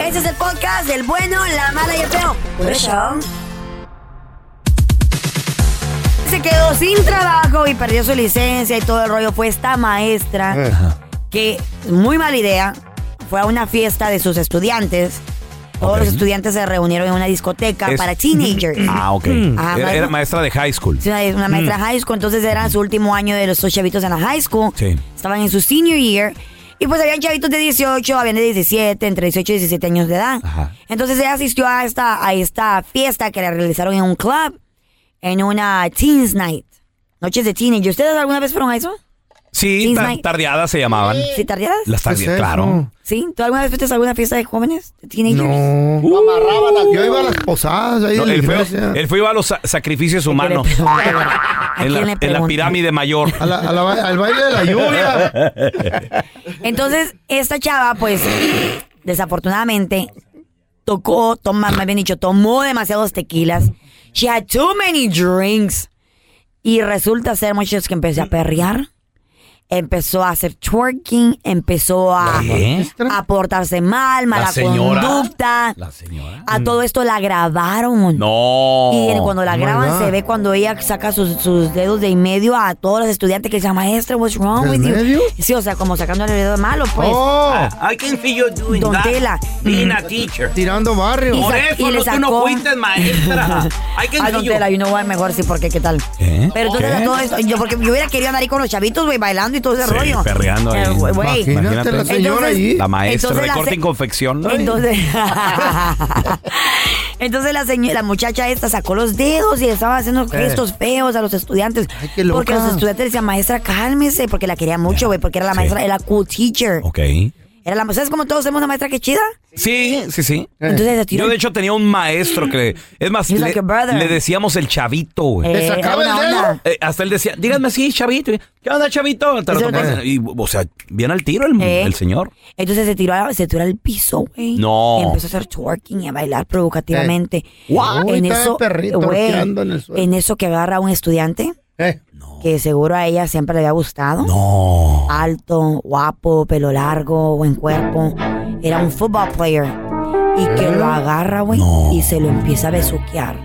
S3: Este es el podcast del bueno, la mala y el feo. Por eso. Se quedó sin trabajo y perdió su licencia y todo el rollo. Fue esta
S2: Ah.
S3: maestra que, muy mala idea, fue a una fiesta de sus estudiantes Todos los estudiantes se reunieron en una discoteca
S2: Es-
S3: para teenagers.
S2: Ah, ok.
S3: Ajá,
S2: Era,
S3: bueno.
S2: era maestra de high school. Mm.
S3: Sí, una, una maestra high school, entonces era su último año de los esos chavitos en la high school.
S2: Sí.
S3: Estaban en su senior year. Y pues habían chavitos de 18, habían de 17, entre 18 y 17 años de edad. Entonces ella asistió a esta, a esta fiesta que la realizaron en un club, en una teens night. Noches de teenager. ¿Ustedes alguna vez fueron a eso?
S2: Sí,
S3: Teens
S2: ta-
S3: night.
S2: tardeadas se llamaban.
S3: ¿Sí tardeadas?
S2: Las tardeadas, claro.
S3: ¿Sí? ¿Tú alguna vez fuiste a alguna fiesta de jóvenes? ¿De teenagers?
S5: No. Lo amarraban a- Yo iba a las posadas ahí
S2: No,
S5: de la
S2: él, fue,
S5: iglesia.
S2: él fue a los sa- sacrificios humanos. En
S3: quién le
S2: la, en la
S3: pregunto?
S2: pirámide mayor.
S5: al baile de la
S2: lluvia.
S3: Entonces, esta chava, pues, desafortunadamente, tocó, toma, más bien dicho, tomó demasiados tequilas. She had too many drinks. Y resulta ser, muchachos, que empezó a perrear. Empezó a hacer twerking, empezó a,
S2: ¿Qué?
S3: a portarse mal, mala
S2: señora?
S3: conducta. A todo esto la grabaron.
S2: No.
S3: Y el- cuando
S2: oh
S3: la graban se ve cuando ella saca sus, sus dedos de en medio a todos los estudiantes que dicen, maestra, what's wrong
S10: ¿De
S3: with
S10: en medio?
S3: you? Sí, o sea, como sacándole el dedo malo, pues.
S2: Oh.
S5: Oh. Ah,
S10: I can see you doing
S3: Don
S10: that.
S3: Tela.
S10: Being a teacher.
S5: Tirando barrio.
S10: Por
S3: sa-
S10: eso
S3: y le
S10: no, tú no
S3: sacó-
S10: fuiste maestra. I can
S3: Ay,
S10: see
S3: don
S10: you.
S3: Tela, you know what, mejor sí, porque qué tal. Pero entonces
S10: ¿Qué?
S3: a todo esto, yo, porque yo hubiera querido andar ahí con los chavitos, güey, bailando y todo ese
S2: Sí,
S3: rollo.
S2: perreando ahí.
S3: Eh, güey, güey.
S2: Imagínate la señora
S3: ahí.
S2: La maestra
S3: entonces
S2: de
S3: la
S2: corte
S3: se-
S2: y confección. ¿no?
S3: Entonces, entonces la, seño- la muchacha esta sacó los dedos y estaba haciendo
S2: Sí.
S3: gestos feos a los estudiantes.
S2: qué loca.
S3: Porque los estudiantes decían, maestra, cálmese, porque la quería mucho, güey, porque era la maestra, era cool teacher.
S2: Ok.
S3: Era la, ¿Sabes cómo todos tenemos una maestra que es chida?
S2: Sí, sí, sí.
S3: Entonces, se tiró-
S2: Yo de hecho tenía un maestro que, es más,
S3: He's
S2: le,
S3: like a brother.
S2: le decíamos el chavito, güey.
S3: Eh, ¿Te sacaba era el buena dedo? onda.
S2: Eh, hasta él decía, díganme así, chavito. ¿Qué onda, chavito? Te lo
S3: Eso
S2: tocaba.
S3: es lo
S2: Y, o sea, bien al tiro el,
S3: Eh.
S2: el señor.
S3: Entonces se tiró, a- se tiró al piso, güey.
S2: No. Eh.
S3: Y empezó a hacer twerking y a bailar provocativamente.
S5: Wow.
S3: en
S5: Ahí está el
S3: eso,
S5: perrito
S3: güey,
S5: arqueando en el suelo.
S3: en eso que agarra a un estudiante.
S2: Eh.
S3: Que seguro a ella siempre le había gustado.
S2: No.
S3: Alto, guapo, pelo largo, buen cuerpo. Era un football player.
S2: Eh.
S3: Y que lo agarra, güey, y se lo empieza a besuquear.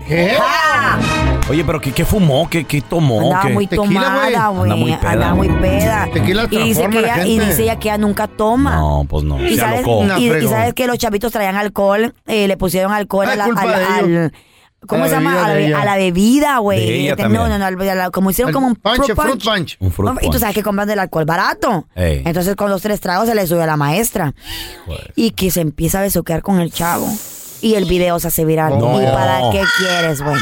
S2: Oye, pero ¿qué, qué fumó? ¿Qué, qué tomó?
S3: Ah. Andaba
S2: ¿Qué?
S3: muy tomada,
S2: Anda muy
S3: güey.
S2: peda.
S3: Andaba muy peda.
S2: Tequila
S3: y, dice
S2: transforma
S3: que
S2: a la
S3: ella, y
S2: gente.
S3: dice ella que ella nunca toma.
S2: No, pues no.
S3: Y
S2: Se
S3: sabes,
S2: alocó.
S3: y- y sabes que los chavitos traían alcohol, eh, le pusieron alcohol
S5: Ah,
S3: a la-
S5: culpa
S3: al-
S5: de
S3: al-
S5: ellos.
S3: ¿Cómo
S5: A
S3: se
S5: la
S3: llama?
S5: bebida
S3: A la,
S5: de
S3: be-
S5: ella.
S3: a la bebida, güey.
S2: De ella
S3: Este,
S2: también.
S3: No, no, no, al- a la- como hicieron
S2: Al
S3: como un
S2: punch,
S3: fruit
S2: fruit
S3: punch.
S2: punch. Un fruit
S3: No, Y tú
S2: punch.
S3: sabes que compran el alcohol barato.
S2: Ey.
S3: Entonces con los tres tragos se le subió a la maestra. Y que se empieza a besuquear con el chavo. Y el video se hace viral.
S2: No.
S3: ¿Y para qué quieres, güey?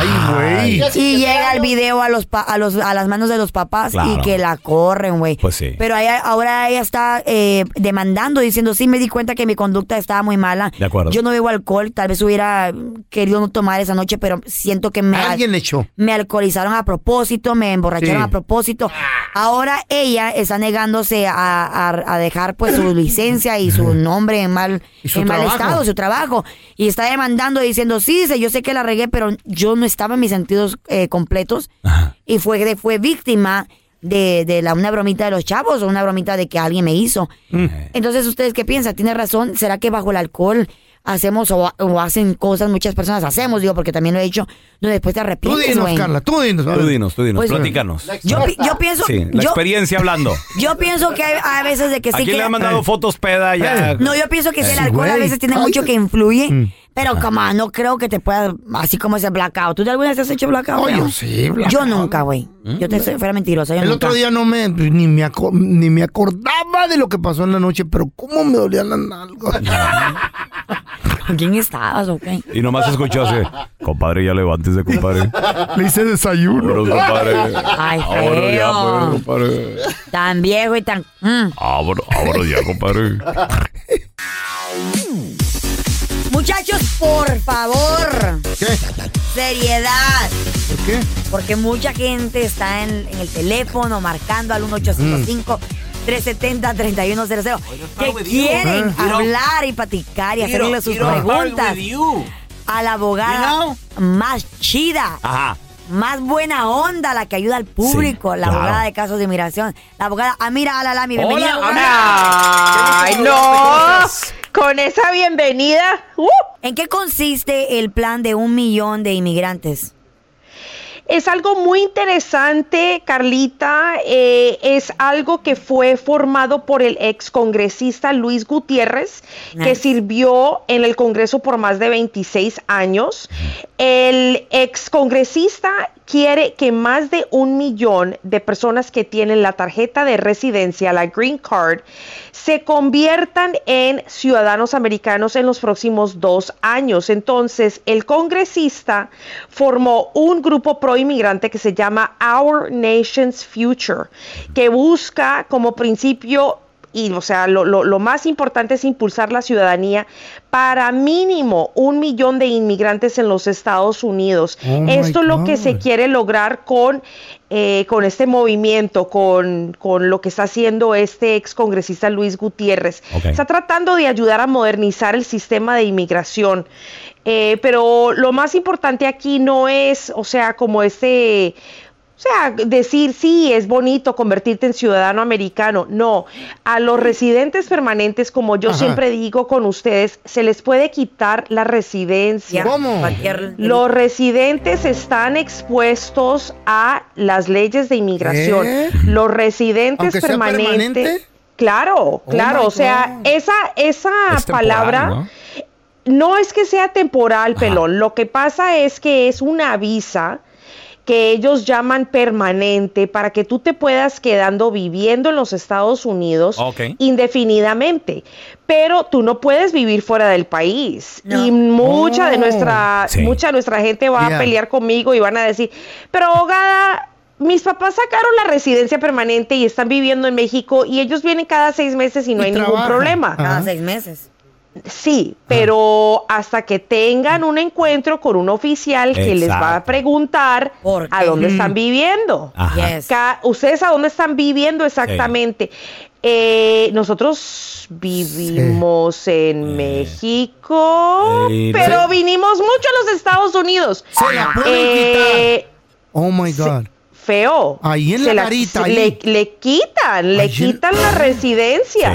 S2: Ay.
S3: Y llega el video a los pa- a los a las manos de los papás
S2: Claro.
S3: y que la corren, güey.
S2: Pues sí.
S3: Pero ella- ahora ella está eh, demandando, diciendo, sí, me di cuenta que mi conducta estaba muy mala.
S2: De acuerdo.
S3: Yo no bebo alcohol, tal vez hubiera querido no tomar esa noche, pero siento que me...
S5: Alguien le echó.
S3: Me alcoholizaron a propósito, me emborracharon
S5: Sí. Ah.
S3: a propósito. Ahora ella está negándose a, a- a dejar pues su licencia y su nombre en mal,
S5: Y su
S3: en mal
S5: trabajo.
S3: estado, su trabajo. Y está demandando diciendo, sí, dice, yo sé que la regué, pero yo no estaba en mis sentidos eh, completos. Y fue, de- fue víctima de, de la, una bromita de los chavos o una bromita de que alguien me hizo.
S13: Mm.
S3: Entonces, ¿ustedes qué piensan? ¿Tiene razón? ¿Será que bajo el alcohol hacemos o, o hacen cosas, muchas personas hacemos, digo, porque también lo he hecho, no después te
S5: Tú
S3: arrepientes,
S5: dinos,
S3: güey?
S5: Carla, tú dinos. a
S2: Tú
S5: ver.
S2: dinos, tú dinos,
S5: Pues,
S2: platícanos.
S3: Yo, pi- yo pienso,
S2: Sí, la
S3: yo,
S2: experiencia hablando.
S3: yo pienso que hay, hay veces de que sí
S2: Aquí
S3: que...
S2: le han mandado fotos peda ya.
S3: No, yo pienso que sí, el
S2: Sí,
S3: alcohol a
S2: güey.
S3: veces tiene
S2: Ay.
S3: mucho que influye,
S2: Mm.
S5: Ah.
S3: pero como no creo que te pueda, así como ese blackout. ¿Tú de alguna vez has hecho blackout?
S5: Oh,
S3: Leo?
S5: yo sí, blackout.
S3: Yo nunca, güey. Yo te soy, fuera mentirosa, yo
S5: El
S3: nunca.
S5: otro día no me pues, ni me, aco- ni me acordaba de lo que pasó en la noche, pero cómo me dolían las nalgas.
S3: ¿Con quién estabas o qué?
S2: Y nomás escuchó así, compadre, ya levántese, compadre.
S5: Le hice desayuno.
S2: Vámonos, compadre.
S3: Ay,
S2: Vámonos ya, pues,
S3: feo.
S2: compadre.
S3: Tan viejo y tan... mm.
S2: Vámonos, vámonos ya, compadre.
S3: Muchachos, por favor. Seriedad.
S5: ¿Por qué?
S3: Porque mucha gente está en, en el teléfono marcando al 1855 370 3100 que quieren
S10: you. Ah.
S3: hablar y platicar y
S10: Tiro,
S3: hacerle sus
S10: tiro,
S3: preguntas
S10: start with you.
S3: a la abogada más chida,
S2: Ajá.
S3: más buena onda, la que ayuda al público, la
S2: claro.
S3: abogada de casos de inmigración, la abogada Amira Alalami.
S2: Hola,
S3: Bienvenida,
S14: Ay, no. Con esa bienvenida. uh.
S3: ¿En qué consiste el plan de un millón de inmigrantes?
S14: Es algo muy interesante, Carlita. eh, es algo que fue formado por el ex congresista Luis Gutiérrez, que
S15: Nice.
S14: sirvió en el Congreso por más de 26 años. El ex congresista quiere que más de un millón de personas que tienen la tarjeta de residencia, la Green Card, se conviertan en ciudadanos americanos en los próximos dos años. Entonces, el congresista formó un grupo pro inmigrante que se llama Our Nation's Future, que busca como principio y o sea, lo, lo- lo más importante es impulsar la ciudadanía para mínimo un millón de inmigrantes en los Estados Unidos.
S15: Oh, my
S14: Esto es lo que se quiere lograr con, eh, con este movimiento, con, con lo que está haciendo este excongresista Luis Gutiérrez.
S15: Ok.
S14: Está tratando de ayudar a modernizar el sistema de inmigración. Eh, pero lo más importante aquí no es, o sea, como este... O sea, decir sí, es bonito convertirte en ciudadano americano. No, a los residentes permanentes, como yo
S15: Ajá.
S14: siempre digo con ustedes, se les puede quitar la residencia.
S3: ¿Cómo? Cualquier-
S14: Los residentes están expuestos a las leyes de inmigración.
S15: ¿Eh?
S14: Los residentes
S15: ¿Aunque sea
S14: permanentes.
S15: permanente?
S14: Claro,
S15: Oh
S14: claro.
S15: my
S14: o sea, esa, esa
S15: Es temporal,
S14: palabra.
S15: ¿no?
S14: No es que sea temporal, pelón. Lo que pasa es que es una visa que ellos llaman permanente para que tú te puedas quedando viviendo en los Estados Unidos
S15: Ok.
S14: indefinidamente. Pero tú no puedes vivir fuera del país. Y mucha de
S15: Oh.
S14: nuestra,
S15: Sí.
S14: mucha de nuestra gente va
S15: Yeah.
S14: a pelear conmigo y van a decir, pero abogada, mis papás sacaron la residencia permanente y están viviendo en México y ellos vienen cada seis meses y no hay ningún problema.
S3: Cada seis meses.
S14: Sí, pero hasta que tengan un encuentro con un oficial que les va a
S15: Exacto.
S14: preguntar a dónde
S15: Mm.
S14: están viviendo.
S15: Ajá. Yes.
S14: Ca- Ustedes a dónde están viviendo exactamente. Eh, nosotros vivimos en México,
S5: Eh,
S14: pero
S5: se-
S14: vinimos mucho a los Estados Unidos.
S5: Se la pueden
S14: Eh,
S5: Oh my God.
S14: Feo.
S5: Ahí en
S14: Se
S5: la carita, ahí.
S14: Le, le quitan, le quitan la residencia.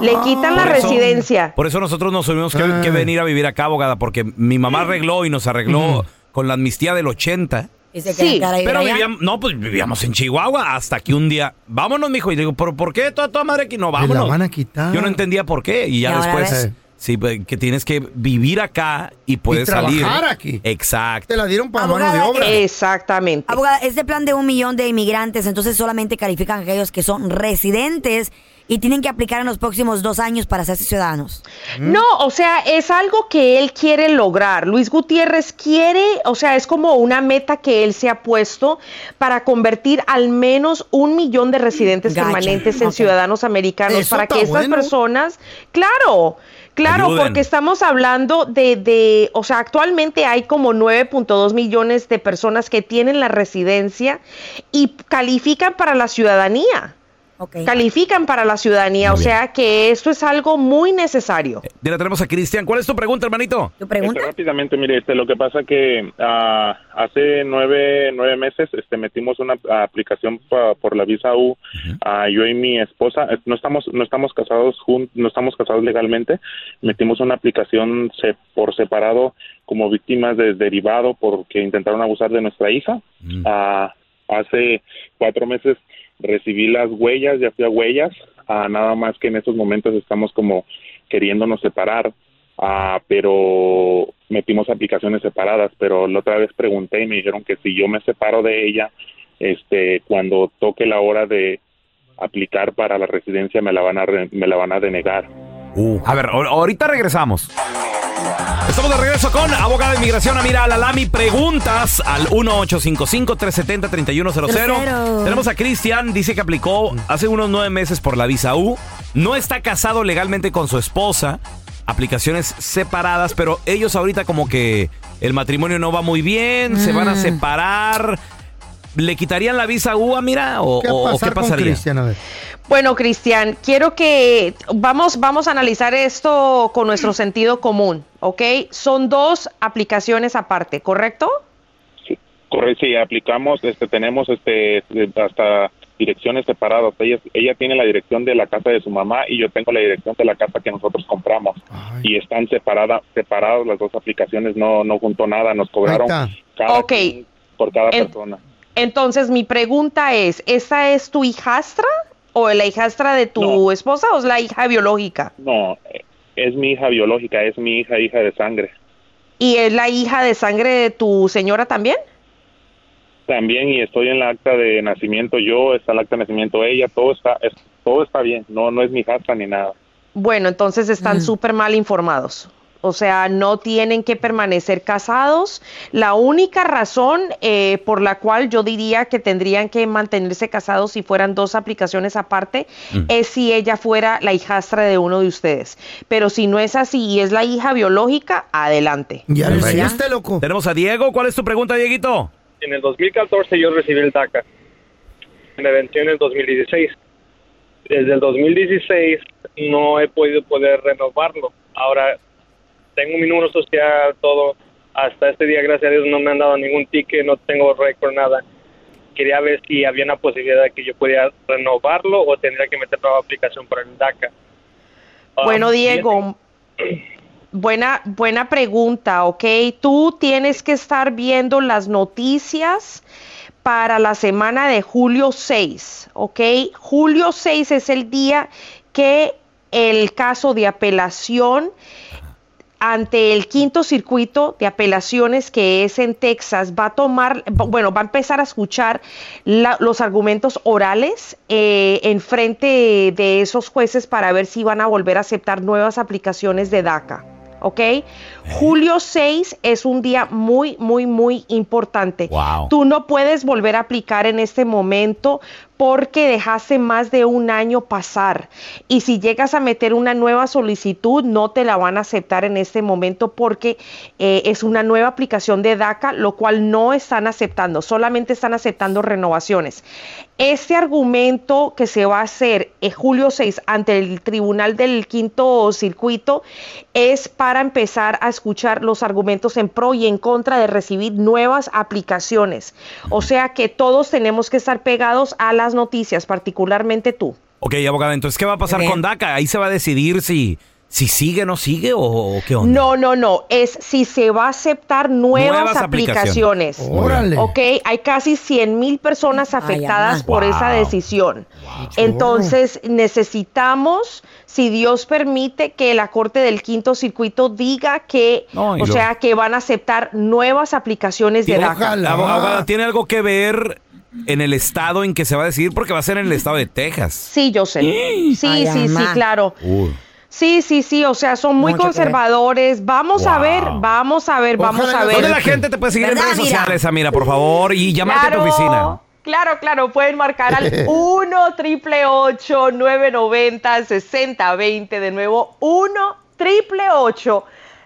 S14: Le quitan la
S2: Por eso-
S14: residencia.
S2: Por eso nosotros nos tuvimos que, que venir a vivir acá, abogada, porque mi mamá arregló y nos arregló con la amnistía del 80.
S3: Y se
S14: Sí,
S3: quedan cara ahí,
S2: Pero
S3: allá.
S2: vivíamos, no, pues vivíamos en Chihuahua hasta que un día, vámonos, mijo. Y digo, ¿por, por qué toda, toda madre que no
S5: Me la
S2: vámonos?
S5: van a quitar.
S2: Yo no entendía por qué. Y ya
S5: Y ahora
S2: después,
S5: ves.
S2: sí, pues, que tienes que vivir acá y puedes
S5: trabajar
S2: salir.
S5: aquí.
S2: Exacto.
S5: Te la dieron para Pues, mano de
S3: Abogada,
S5: obra.
S3: eh,
S14: Exactamente.
S3: Abogada, este plan de un millón de inmigrantes, entonces solamente califican a aquellos que son residentes y tienen que aplicar en los próximos dos años para hacerse ciudadanos.
S14: No, o sea, es algo que él quiere lograr. Luis Gutiérrez quiere, o sea, es como una meta que él se ha puesto para convertir al menos un millón de residentes
S15: Gotcha.
S14: permanentes en
S15: Ok.
S14: ciudadanos americanos
S15: Eso
S14: para
S15: está
S14: que estas
S15: bueno.
S14: personas, claro, claro,
S15: Ayuden.
S14: porque estamos hablando de, de, o sea, actualmente hay como 9.2 millones de personas que tienen la residencia y califican para la ciudadanía. Califican para la ciudadanía,
S2: Muy
S14: o sea que esto es algo muy necesario.
S2: Mira, tenemos a Cristian. ¿Cuál es tu pregunta, hermanito?
S3: ¿Tu
S6: Este, rápidamente, mire, este, lo que pasa que ah, hace nueve, nueve meses este, metimos una aplicación pa- por la visa U, ah, yo y mi esposa, eh, no estamos, no estamos casados jun- no estamos casados legalmente, metimos una aplicación se- por separado como víctimas de derivado porque intentaron abusar de nuestra hija. Ah, hace cuatro meses recibí las huellas, ya fui a huellas, ah, nada más que en estos momentos estamos como queriéndonos separar. Ah, pero metimos aplicaciones separadas, pero la otra vez pregunté y me dijeron que si yo me separo de ella, este, cuando toque la hora de aplicar para la residencia me la van a re- me la van a denegar.
S2: Uh. A ver, ahor- ahorita regresamos. Estamos de regreso con abogada de inmigración Amira Alalami. Preguntas al 1855-370-3100.
S15: Tercero.
S2: Tenemos a Cristian, dice que aplicó hace unos nueve meses por la visa U. No está casado legalmente con su esposa. Aplicaciones separadas, pero ellos ahorita como que el matrimonio no va muy bien, se van a
S5: Mm.
S2: separar. ¿Le quitarían la visa U, Amira? ¿O
S5: ¿Qué
S2: o-
S5: va
S2: o
S5: a
S2: qué
S5: pasar con
S2: pasaría?
S5: Cristian? A ver.
S14: Bueno, Cristian, quiero que vamos, vamos a analizar esto con nuestro sentido común, ¿ok? Son dos aplicaciones aparte, ¿correcto?
S6: Correcto, si aplicamos, este, tenemos este, hasta direcciones separadas. Ella, ella tiene la dirección de la casa de su mamá y yo tengo la dirección de la casa que nosotros compramos. Y están separadas, separadas las dos aplicaciones, no, no juntó nada, nos cobraron
S14: Ahí está.
S6: cada
S14: Ok.
S6: quien por cada
S14: En-
S6: persona.
S14: Entonces, mi pregunta es, ¿esa es tu hijastra o la hijastra de tu esposa o es la hija biológica?
S6: No, es mi hija biológica, es mi hija, hija de sangre.
S14: ¿Y es la hija de sangre de tu señora también?
S6: También y estoy en la acta de nacimiento yo, está el acta de nacimiento ella, todo está es- todo está bien, no no es mi hasta ni nada.
S14: Bueno, entonces están súper mal informados. O sea, no tienen que permanecer casados. La única razón eh, por la cual yo diría que tendrían que mantenerse casados si fueran dos aplicaciones aparte es si ella fuera la hijastra de uno de ustedes. Pero si no es así y es la hija biológica, adelante.
S2: Ya
S5: lo
S2: hiciste,
S5: Pues loco.
S2: Tenemos a Diego. ¿Cuál es tu pregunta, Dieguito?
S15: En el 2014 yo recibí el DACA. Me venció en el 2016. Desde el 2016 no he podido poder renovarlo. Ahora tengo mi número social, todo. Hasta este día, gracias a Dios, no me han dado ningún ticket, no tengo récord, nada. Quería ver si había una posibilidad de que yo pudiera renovarlo o tendría que meter nueva aplicación para el DACA. Ah,
S14: Bueno,
S15: bien.
S14: Diego, buena, buena pregunta, ¿ok? Tú tienes que estar viendo las noticias para la semana de julio 6, ¿ok? Julio 6 es el día que el caso de apelación ante el quinto circuito de apelaciones que es en Texas, va a tomar, bueno, va a empezar a escuchar la- los argumentos orales eh, en frente de esos jueces para ver si van a volver a aceptar nuevas aplicaciones de DACA. ¿Ok? Julio 6 es un día muy, muy, muy importante. Tú no puedes volver a aplicar en este momento porque dejaste más de un año pasar. Y si llegas a meter una nueva solicitud, no te la van a aceptar en este momento porque eh, es una nueva aplicación de DACA, lo cual no están aceptando, solamente están aceptando renovaciones. Este argumento que se va a hacer eh, julio 6 ante el Tribunal del Quinto Circuito es para empezar a escuchar los argumentos en pro y en contra de recibir nuevas aplicaciones. O sea que todos tenemos que estar pegados a las noticias, particularmente tú.
S2: Ok, abogada, entonces, ¿qué va a pasar con DACA? Ahí se va a decidir si, si sigue o no sigue o, o qué onda.
S14: No, no, no. Es si se va a aceptar nuevas,
S2: Nuevas aplicaciones.
S14: aplicaciones.
S2: Órale.
S14: Ok, hay casi 100 mil personas afectadas
S2: ama.
S14: por esa
S2: Wow.
S14: decisión. Entonces necesitamos, si Dios permite, que la Corte del Quinto Circuito diga que,
S2: No, y
S14: o
S2: lo-
S14: sea, que van a aceptar nuevas aplicaciones de
S2: Tiene-
S14: DACA.
S2: Abo- Abogada, ¿tiene algo que ver en el estado en que se va a decidir? Porque va a ser en el estado de Texas.
S14: Sí, yo sé. Sí,
S2: Ay,
S14: sí, sí,
S2: ama.
S14: claro.
S2: Uh.
S14: Sí, sí, sí, o sea, son muy
S2: Mucho que ver.
S14: conservadores. Vamos a ver, vamos a ver, vamos a ver.
S2: ¿Dónde la gente te puede seguir en redes sociales, Amira, por favor? Y llamarte a tu
S14: Claro.
S2: oficina.
S14: Claro, claro, pueden marcar al 1 triple 990 6020 de nuevo 1 triple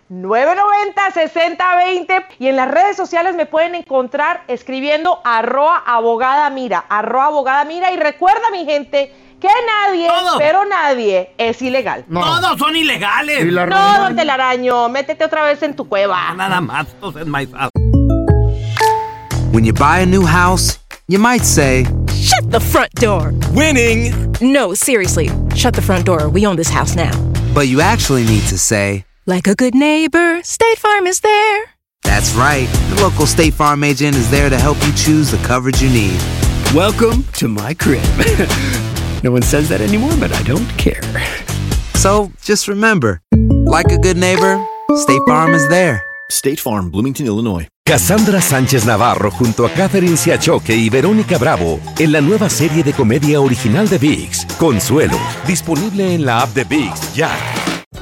S14: 990 6020 y en las redes sociales me pueden encontrar escribiendo arroa abogada mira, arroa abogada mira y recuerda mi gente que nadie, pero nadie es ilegal.
S10: No. Todos son ilegales. Y la
S14: No,
S10: reina-
S14: don Telaraño, métete otra vez en tu cueva.
S2: Nada más, entonces, maizado.
S13: When you buy a new house, you might say,
S16: Shut the front door. Winning. No, seriously. Shut the front door. We own this house now.
S13: but you actually need to say,
S16: Like a good neighbor, State Farm is there.
S13: That's right. The local State Farm agent is there to help you choose the coverage you need. Welcome to my crib. no one says that anymore, but I don't care. So just remember like a good neighbor, State Farm is there.
S8: State Farm, Bloomington, Illinois. Cassandra Sánchez Navarro junto a Catherine Siachoque y Verónica Bravo en la nueva serie de comedia original de VIX, Consuelo, disponible en la app de VIX ya.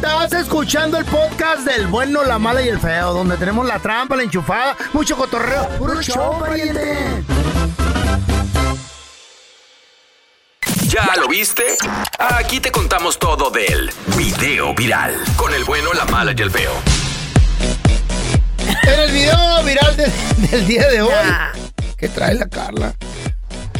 S5: Estás escuchando el podcast del bueno, la mala y el feo, donde tenemos la trampa, la enchufada, mucho cotorreo. ¡Puro show, pariente!
S17: ¿Ya lo viste? Aquí te contamos todo del video viral. Con el bueno, la mala y el feo.
S5: En el video viral de- del día de hoy. ¿Qué trae la Carla?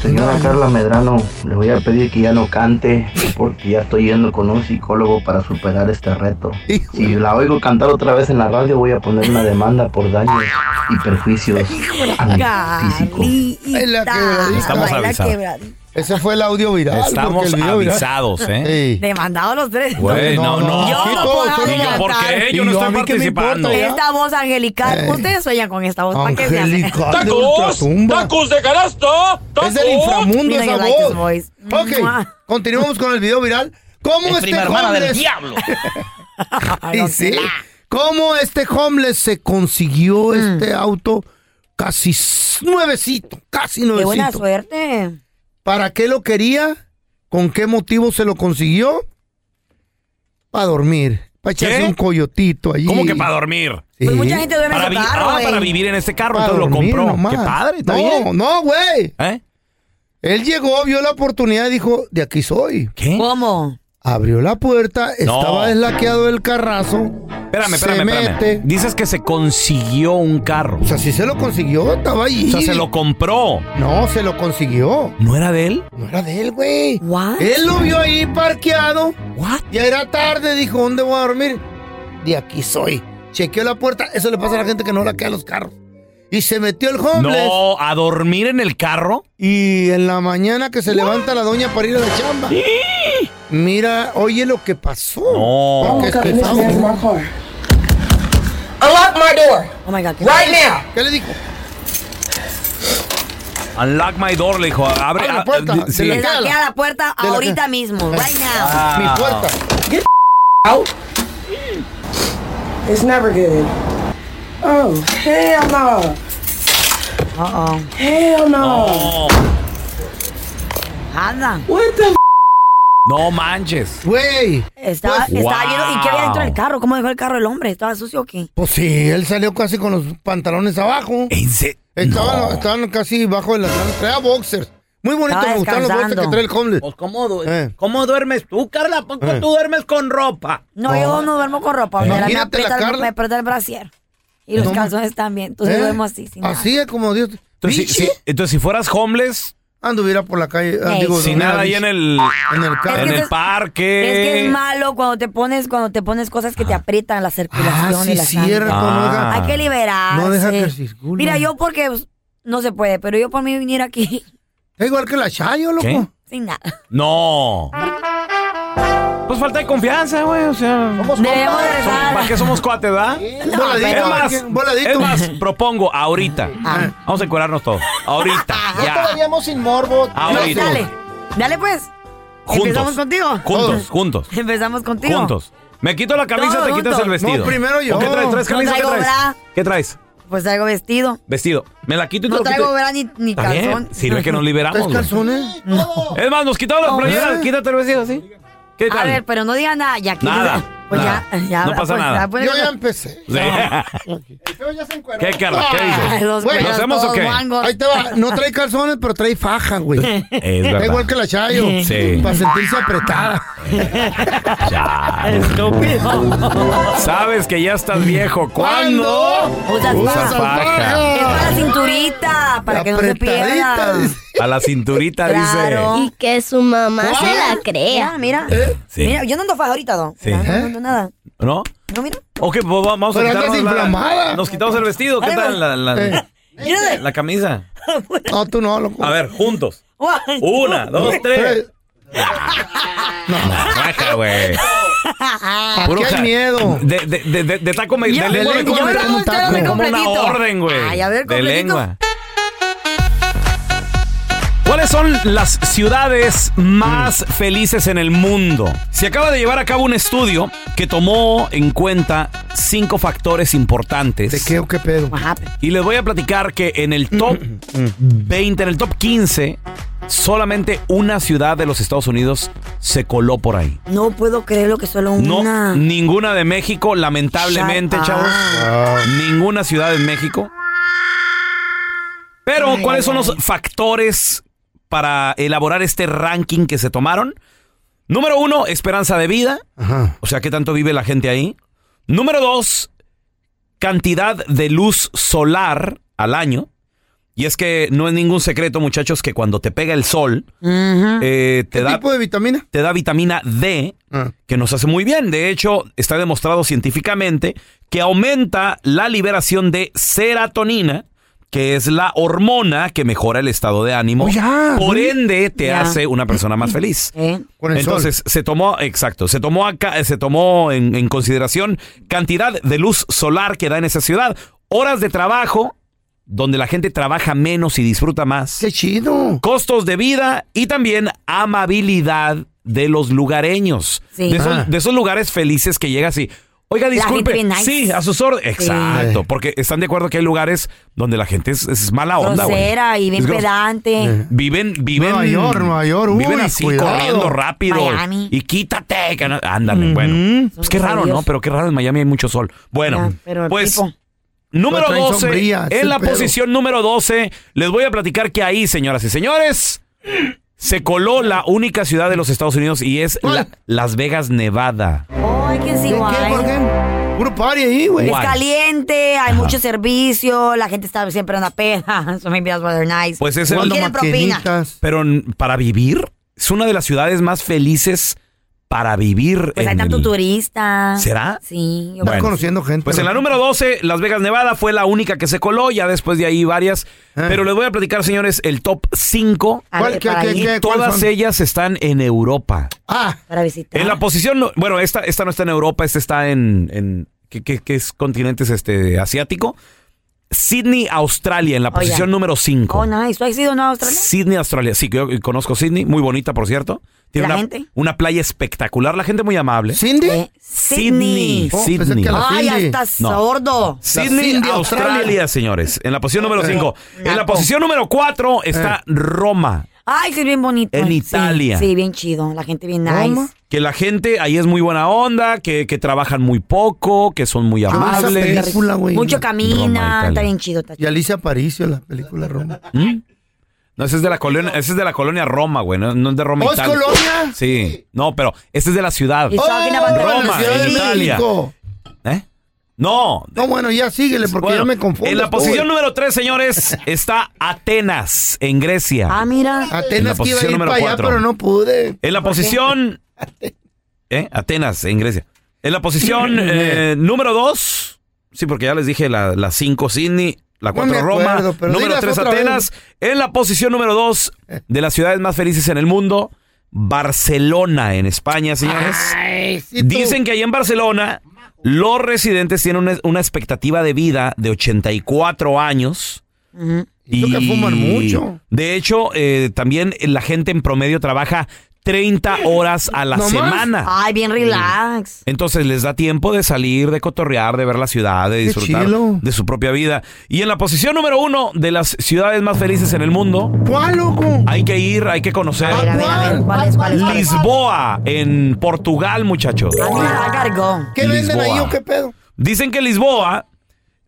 S18: Señora Carla Medrano, le voy a pedir que ya no cante porque ya estoy yendo con un psicólogo para superar este reto. Si la oigo cantar otra vez en la radio voy a poner una demanda por daños y perjuicios. a mi físico.
S5: Es la quebradita.
S2: Estamos
S3: Baila
S2: avisados.
S3: quebradita.
S5: Ese fue el audio viral.
S2: Estamos
S5: porque el video viral-
S2: avisados, ¿eh?
S5: Sí.
S3: Demandados los tres.
S2: Güey, no, no.
S3: Yo
S2: Aquí
S3: no
S2: todos
S3: puedo
S2: somos- ¿Y yo por
S3: cantar.
S2: qué? Yo no
S3: Y
S2: estoy
S3: a mí que me
S2: participando.
S3: importa, Esta voz angelical. Ustedes sueñan con esta voz. ¿Para qué se hacen?
S5: Eh. Angelical de ¡Tacos! ultratumba.
S17: ¡Tacos de canasta!
S5: Es del inframundo
S3: Miren,
S5: esa
S3: I like this
S5: voz. Ok, continuamos con el video viral. ¿Cómo
S17: Es
S5: este
S17: prima hermana del
S5: homeless-
S17: diablo.
S5: Y sí, ¿Cómo este homeless se
S2: Mm.
S5: consiguió este auto casi s- nuevecito? Casi nuevecito.
S3: Qué buena suerte.
S5: ¿Para qué lo quería? ¿Con qué motivo se lo consiguió? Para dormir. Para echarse
S2: ¿Qué?
S5: un coyotito allí.
S2: ¿Cómo que para dormir?
S5: Pues mucha gente duerme
S2: para
S5: en su
S2: vi-
S5: carro,
S2: ah,
S5: güey.
S2: para vivir en este carro,
S5: Pa'
S2: entonces lo
S5: dormir
S2: compró.
S5: nomás.
S2: Qué padre, está
S5: no,
S2: bien.
S5: No, güey.
S2: ¿Eh?
S5: Él llegó, vio la oportunidad y dijo, de aquí soy.
S2: ¿Qué?
S3: ¿Cómo?
S5: Abrió la puerta,
S2: No.
S5: estaba deslaqueado el carrazo.
S2: Espérame,
S5: se
S2: espérame, espérame.
S5: mete.
S2: Dices que se consiguió un carro. O
S5: sea, sí se lo consiguió, estaba allí.
S2: O sea, se lo compró.
S5: No, se lo consiguió.
S2: ¿No era de él?
S5: No era de él, güey.
S3: What?
S5: Él lo vio ahí parqueado. Ya era tarde, dijo, ¿dónde voy a dormir? De aquí soy. Chequeó la puerta, eso le pasa a la gente que no la queda los carros. Y se metió el homeless.
S2: No, a dormir en el carro.
S5: Y en la mañana que se levanta la doña para ir a la chamba. Mira, oye lo que pasó. No.
S9: Unlock my door.
S3: Oh my God. qué-
S9: Right now.
S5: ¿Qué le dijo?
S2: Unlock my door, le dijo. Abre
S5: Abre la
S2: ah,
S5: puerta,
S2: di-
S5: se
S2: sí.
S5: le cae
S3: Desbloquea la puerta
S5: De la
S3: ahorita
S5: que-
S3: mismo. Right now.
S2: Ah.
S5: Mi puerta.
S9: Get out. It's never good. Oh, hell no.
S3: Uh-oh.
S9: Hell
S2: No.
S3: Anda.
S9: What the
S2: No manches.
S5: Güey.
S3: Estaba,
S2: Pues-
S3: estaba
S2: Wow.
S3: lleno- ¿Y qué había dentro del carro? ¿Cómo dejó el carro el hombre? ¿Estaba sucio o qué?
S5: Pues sí, él salió casi con los pantalones abajo. Estaban, estaban casi bajo de la cama. Traía boxers. Muy bonito,
S2: Estaba
S5: me gustaron los boxers que
S2: descansando.
S5: trae el homeless.
S2: Pues, ¿Cómo,
S5: Eh.
S2: duermes tú, Carla? ¿Por
S5: qué Eh. tú
S2: duermes con ropa?
S3: No, yo no duermo con ropa. me la- me
S5: Oh. Imagínate la
S3: aprieta, el-
S5: Carla.
S3: me aprieta el brasier. Y los
S2: No me-
S3: calzones también. Entonces
S5: ¿Eh?
S3: duermo así, sin nada.
S5: Así es como Dios.
S2: Entonces, si,
S5: ¿Biche?
S2: si- entonces, si fueras homeless,
S5: Anduviera por la calle. ah,
S3: Ey.
S5: digo,
S2: sin
S5: no,
S2: nada ahí
S5: biche.
S2: en el,
S5: en el,
S2: en
S3: Es que
S2: el
S3: es-
S2: parque.
S3: Es que es malo cuando te pones, cuando te pones cosas que te aprietan la circulación
S5: Ah,
S3: y
S5: sí,
S3: la sangre.
S5: cierto,
S2: Ah.
S5: oiga.
S3: Hay que liberar.
S5: No deja que circule.
S3: Ah, Mira, yo porque pues, no se puede, pero yo por mí venir aquí
S5: Es igual que la Chayo, loco.
S2: ¿Qué?
S3: sin nada.
S2: No. Pues falta de confianza, güey. O sea.
S3: Debemos de rezar.
S2: ¿Para qué somos cuates, verdad?
S5: No, Voladito,
S2: es,
S5: pero-
S2: más,
S5: voladito.
S2: es más, propongo ahorita.
S3: Ah.
S2: Vamos a encuadrarnos todos. Ahorita. ya.
S5: estaríamos sin morbo.
S2: Ahorita.
S5: No,
S3: Dale, dale pues.
S2: Juntos.
S3: Empezamos contigo.
S2: Juntos, juntos.
S3: Empezamos contigo.
S2: Juntos. Me quito la camisa,
S3: Todos
S2: te quitas
S3: juntos.
S2: el vestido.
S5: No, primero yo.
S2: ¿O ¿Qué traes? ¿Traes
S3: No
S2: camisa? ¿Qué
S3: traigo
S2: traes?
S3: bra.
S2: ¿Qué traes?
S3: Pues traigo vestido.
S2: Vestido. Me la quito y
S3: No
S2: te lo
S3: traigo
S2: quito.
S3: verá ni, ni
S2: Está bien.
S3: calzón.
S2: Sirve que nos
S5: ¿Tres
S2: liberamos. güey.
S5: calzones?
S2: Es más, nos quitamos las
S3: Hombre.
S2: playeras. Quítate el vestido, ¿sí? ¿Qué
S3: A
S2: tal?
S3: ver, pero no diga nada, ya que
S2: Nada,
S3: Pues
S2: nada.
S3: ya, ya.
S2: No pasa
S3: pues,
S2: nada.
S3: ya puede-
S5: Yo ya empecé.
S2: Sí. ¿Qué, Carla? ¿Qué
S3: Ay,
S2: dices?
S3: los
S2: ¿Lo
S3: cuernos
S2: hacemos o
S3: todos
S2: qué?
S3: guangos.
S5: Ahí te va. No trae calzones, pero trae faja, güey.
S2: Es
S5: Da
S2: verdad.
S5: igual que la Chayo.
S2: Sí. Eh,
S5: Para sentirse apretada.
S2: Estúpido. Sabes que ya estás viejo. ¿Cuándo?
S3: Usas
S2: Usas
S3: faja.
S2: faja.
S3: Es para la cinturita, para que no se pierda.
S2: A la cinturita
S3: Claro.
S2: dice.
S3: Y que su mamá
S19: se la
S3: crea. Mira, mira.
S5: ¿Eh?
S2: Sí.
S3: Mira, yo no ando faja ahorita, don.
S2: Sí.
S3: No, no ando nada.
S2: ¿No?
S3: No, mira.
S2: Ok, pues va- vamos a
S5: Pero
S2: quitarnos
S5: andas inflamada.
S2: Nos quitamos el vestido. ¿Qué
S3: Ay,
S2: tal la, la-
S5: Eh.
S3: Mira.
S2: la camisa?
S5: No, tú no, loco.
S2: A ver, juntos.
S3: Ay,
S2: Una, dos, tres. Faja, güey. Puro
S5: Aquí hay
S2: ja-
S5: miedo.
S2: De, de, de, de, de taco me,
S3: Yo-
S2: de lengua
S5: yo- yo
S2: me come
S5: me voy a
S2: como
S5: mostrar a mi
S2: como una
S3: completito.
S2: orden, güey.
S3: Ay, a ver,
S2: de
S3: completito.
S2: lengua. ¿Cuáles son las ciudades más felices en el mundo? Se acaba de llevar a cabo un estudio que tomó en cuenta cinco factores importantes.
S5: ¿De qué o qué pedo?
S2: Y les voy a platicar que en el top
S5: Mm,
S2: 20, en el top 15, solamente una ciudad de los Estados Unidos se coló por ahí.
S3: No puedo creerlo que solo
S2: No,
S3: una.
S2: ninguna de México, lamentablemente,
S3: Shut up.
S2: chavos. Ninguna ciudad en México. Pero,
S3: Ay,
S2: ¿cuáles son
S3: ay,
S2: los factores para elaborar este ranking que se tomaron? Número uno, esperanza de vida. O sea, ¿qué tanto vive la gente ahí? Número dos, cantidad de luz solar al año. Y es que no es ningún secreto, muchachos, que cuando te pega el sol, eh, te da, tipo de vitamina? Ah. Te da vitamina D, que nos hace muy bien. De hecho, está demostrado científicamente que aumenta la liberación de serotonina, que es la hormona que mejora el estado de ánimo.
S5: Oh, ya.
S2: Por ende, te
S5: Ya.
S2: hace una persona más feliz.
S3: ¿Eh?
S5: Con el sol.
S2: Entonces, se tomó, exacto, se tomó acá, se tomó en, en consideración cantidad de luz solar que da en esa ciudad, horas de trabajo donde la gente trabaja menos y disfruta más. Qué chido. Costos de vida y también amabilidad de los lugareños.
S3: Sí.
S2: De, esos,
S3: Ah.
S2: de esos lugares felices que llegas y Oiga,
S3: La gente
S2: disculpe.
S3: bien nice.
S2: Sí, a sus órdenes.
S3: Sí.
S2: Exacto, porque están de acuerdo que hay lugares donde la gente es, es mala onda, güey.
S3: Grosera y bien
S2: Es gros-
S3: pedante.
S5: Eh.
S2: Eh, Viven, viven.
S5: Nueva York, Nueva York, uy,
S2: Viven así,
S5: cuidado.
S2: corriendo rápido.
S5: Miami.
S2: Y quítate. que no- ándale, bueno. Pues qué raro, ¿no?
S5: Dios.
S2: Pero qué raro, en Miami hay mucho sol. Bueno,
S5: pero el
S2: pues.
S5: tipo-
S2: Número
S5: Pero traen
S2: 12.
S5: sombrilla, ese
S2: en la
S5: pedo.
S2: posición número 12, les voy a platicar que ahí, señoras y señores, se coló la única ciudad de los Estados Unidos y es la- Las Vegas, Nevada.
S3: Ay, que es
S5: ¿Qué,
S3: igual.
S5: qué, por qué? Puro party ahí, güey.
S3: Es caliente, hay mucho servicio, la gente está siempre en la peda. So maybe that's why they're nice.
S2: Pues es
S3: Y quieren propina.
S2: Pero n- para vivir, es una de las ciudades más felices para vivir.
S3: Pues hay
S2: en
S3: tanto
S2: el-
S3: turista.
S2: ¿Será?
S3: Sí. yo
S2: Bueno.
S3: creo que
S5: Conociendo gente.
S2: Pues en la número 12, Las Vegas, Nevada fue la única que se coló, ya después de ahí varias. Pero les voy a platicar, señores, el top 5.
S3: Ah. A ver, ¿Cuál- qué- para qué-
S2: Y
S3: qué- cuál
S2: todas
S3: son? Ah.
S2: ellas están en Europa.
S5: ¡Ah!
S3: sí, Para visitar.
S2: En la posición, no- bueno, esta, esta no está en Europa, esta está en, en ¿qué, qué- qué es continentes este, asiático? Sydney, Australia, en la
S3: Oh, ya.
S2: posición número 5.
S3: Oh, nice. ¿Tú has ido no, a Australia?
S2: Sydney, Australia. Sí, yo conozco Sydney, muy bonita, por cierto. Tiene
S3: ¿La
S2: una,
S3: gente?
S2: una playa espectacular, la gente muy amable.
S5: ¿Cindy?
S2: Sydney,
S3: Oh, pensé
S2: Sydney.
S3: que la Ay, Cindy. ya estás sordo. La
S2: Sydney,
S3: Cindy,
S2: Australia,
S3: Australia,
S2: señores. En la posición número
S3: Eh.
S2: 5. En la
S3: Naco.
S2: posición número 4 está Roma.
S3: Ay, sí, bien bonito.
S2: En
S3: Sí,
S2: Italia.
S3: Sí, bien chido. La gente bien nice.
S2: Que la gente ahí es muy buena onda, que, que trabajan muy poco, que son
S3: Ah.
S2: muy amables.
S3: Mucho camina.
S2: Italia.
S3: está bien chido. Está
S5: Y Alicia Aparicio, la película Roma.
S2: ¿Mm? No, ese es de la colonia, ese es de la colonia Roma, güey. No, no es de Roma.
S5: ¿Oh, es
S2: Italia.
S5: colonia?
S2: Sí. No, pero este es de la ciudad.
S5: He's talking about the
S2: Roma,
S5: Ciudad de
S2: en Italia.
S5: México.
S2: ¿Eh? No.
S5: No, bueno, ya síguele porque
S2: Bueno,
S5: yo me confundo.
S2: En la
S5: estoy.
S2: posición número 3, señores, está Atenas, en Grecia.
S3: Ah, mira.
S2: En la
S5: Atenas que iba a
S2: posición
S5: ir
S2: número
S5: para allá,
S2: cuatro.
S5: pero no pude.
S2: En la posición. ¿Eh? Atenas, en Grecia. En la posición eh, número 2. Sí, porque ya les dije la 5 Sydney, la
S5: No
S2: 4
S5: me
S2: Roma,
S5: acuerdo, pero
S2: número
S5: dilas
S2: 3
S5: otra vez. Eh.
S2: Atenas. En la posición número 2 de las ciudades más felices en el mundo, Barcelona, en España, señores. Dicen que allá en Barcelona los residentes tienen una, una expectativa de vida de 84 años. Y
S5: Eso que fuman mucho.
S2: De hecho, eh, también la gente en promedio trabaja 30 horas a la
S3: ¿No más?
S2: semana.
S3: Ay, bien relax.
S2: Entonces les da tiempo de salir, de cotorrear, de ver la ciudad, de disfrutar
S5: chilo.
S2: de su propia vida. Y en la posición número uno de las ciudades más felices en el mundo.
S5: ¿Cuál, loco?
S2: Hay que ir, hay que conocer.
S3: A ver, a ver, ¿cuál es, cuál es, cuál es?
S2: Lisboa, en Portugal, muchachos.
S3: Ah, mira, la cargó.
S2: ¿Qué venden Lisboa. ahí o qué
S5: pedo?
S2: Dicen que Lisboa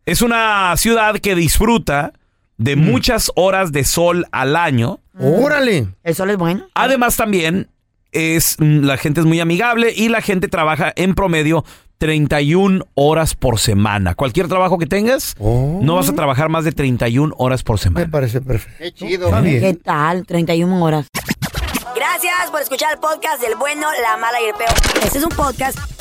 S2: es una ciudad que disfruta de
S3: Mm.
S2: muchas horas de sol al año.
S5: ¡Órale!
S3: El sol es bueno.
S2: Además también es mm, la gente es muy amigable y la gente trabaja en promedio 31 horas por semana. Cualquier trabajo que tengas, no vas a trabajar más de 31 horas por semana. Oh. Me
S5: parece perfecto.
S3: Qué chido. ¿Qué tal? 31 horas. Gracias por escuchar el podcast del bueno, la mala y el peor. Este es un podcast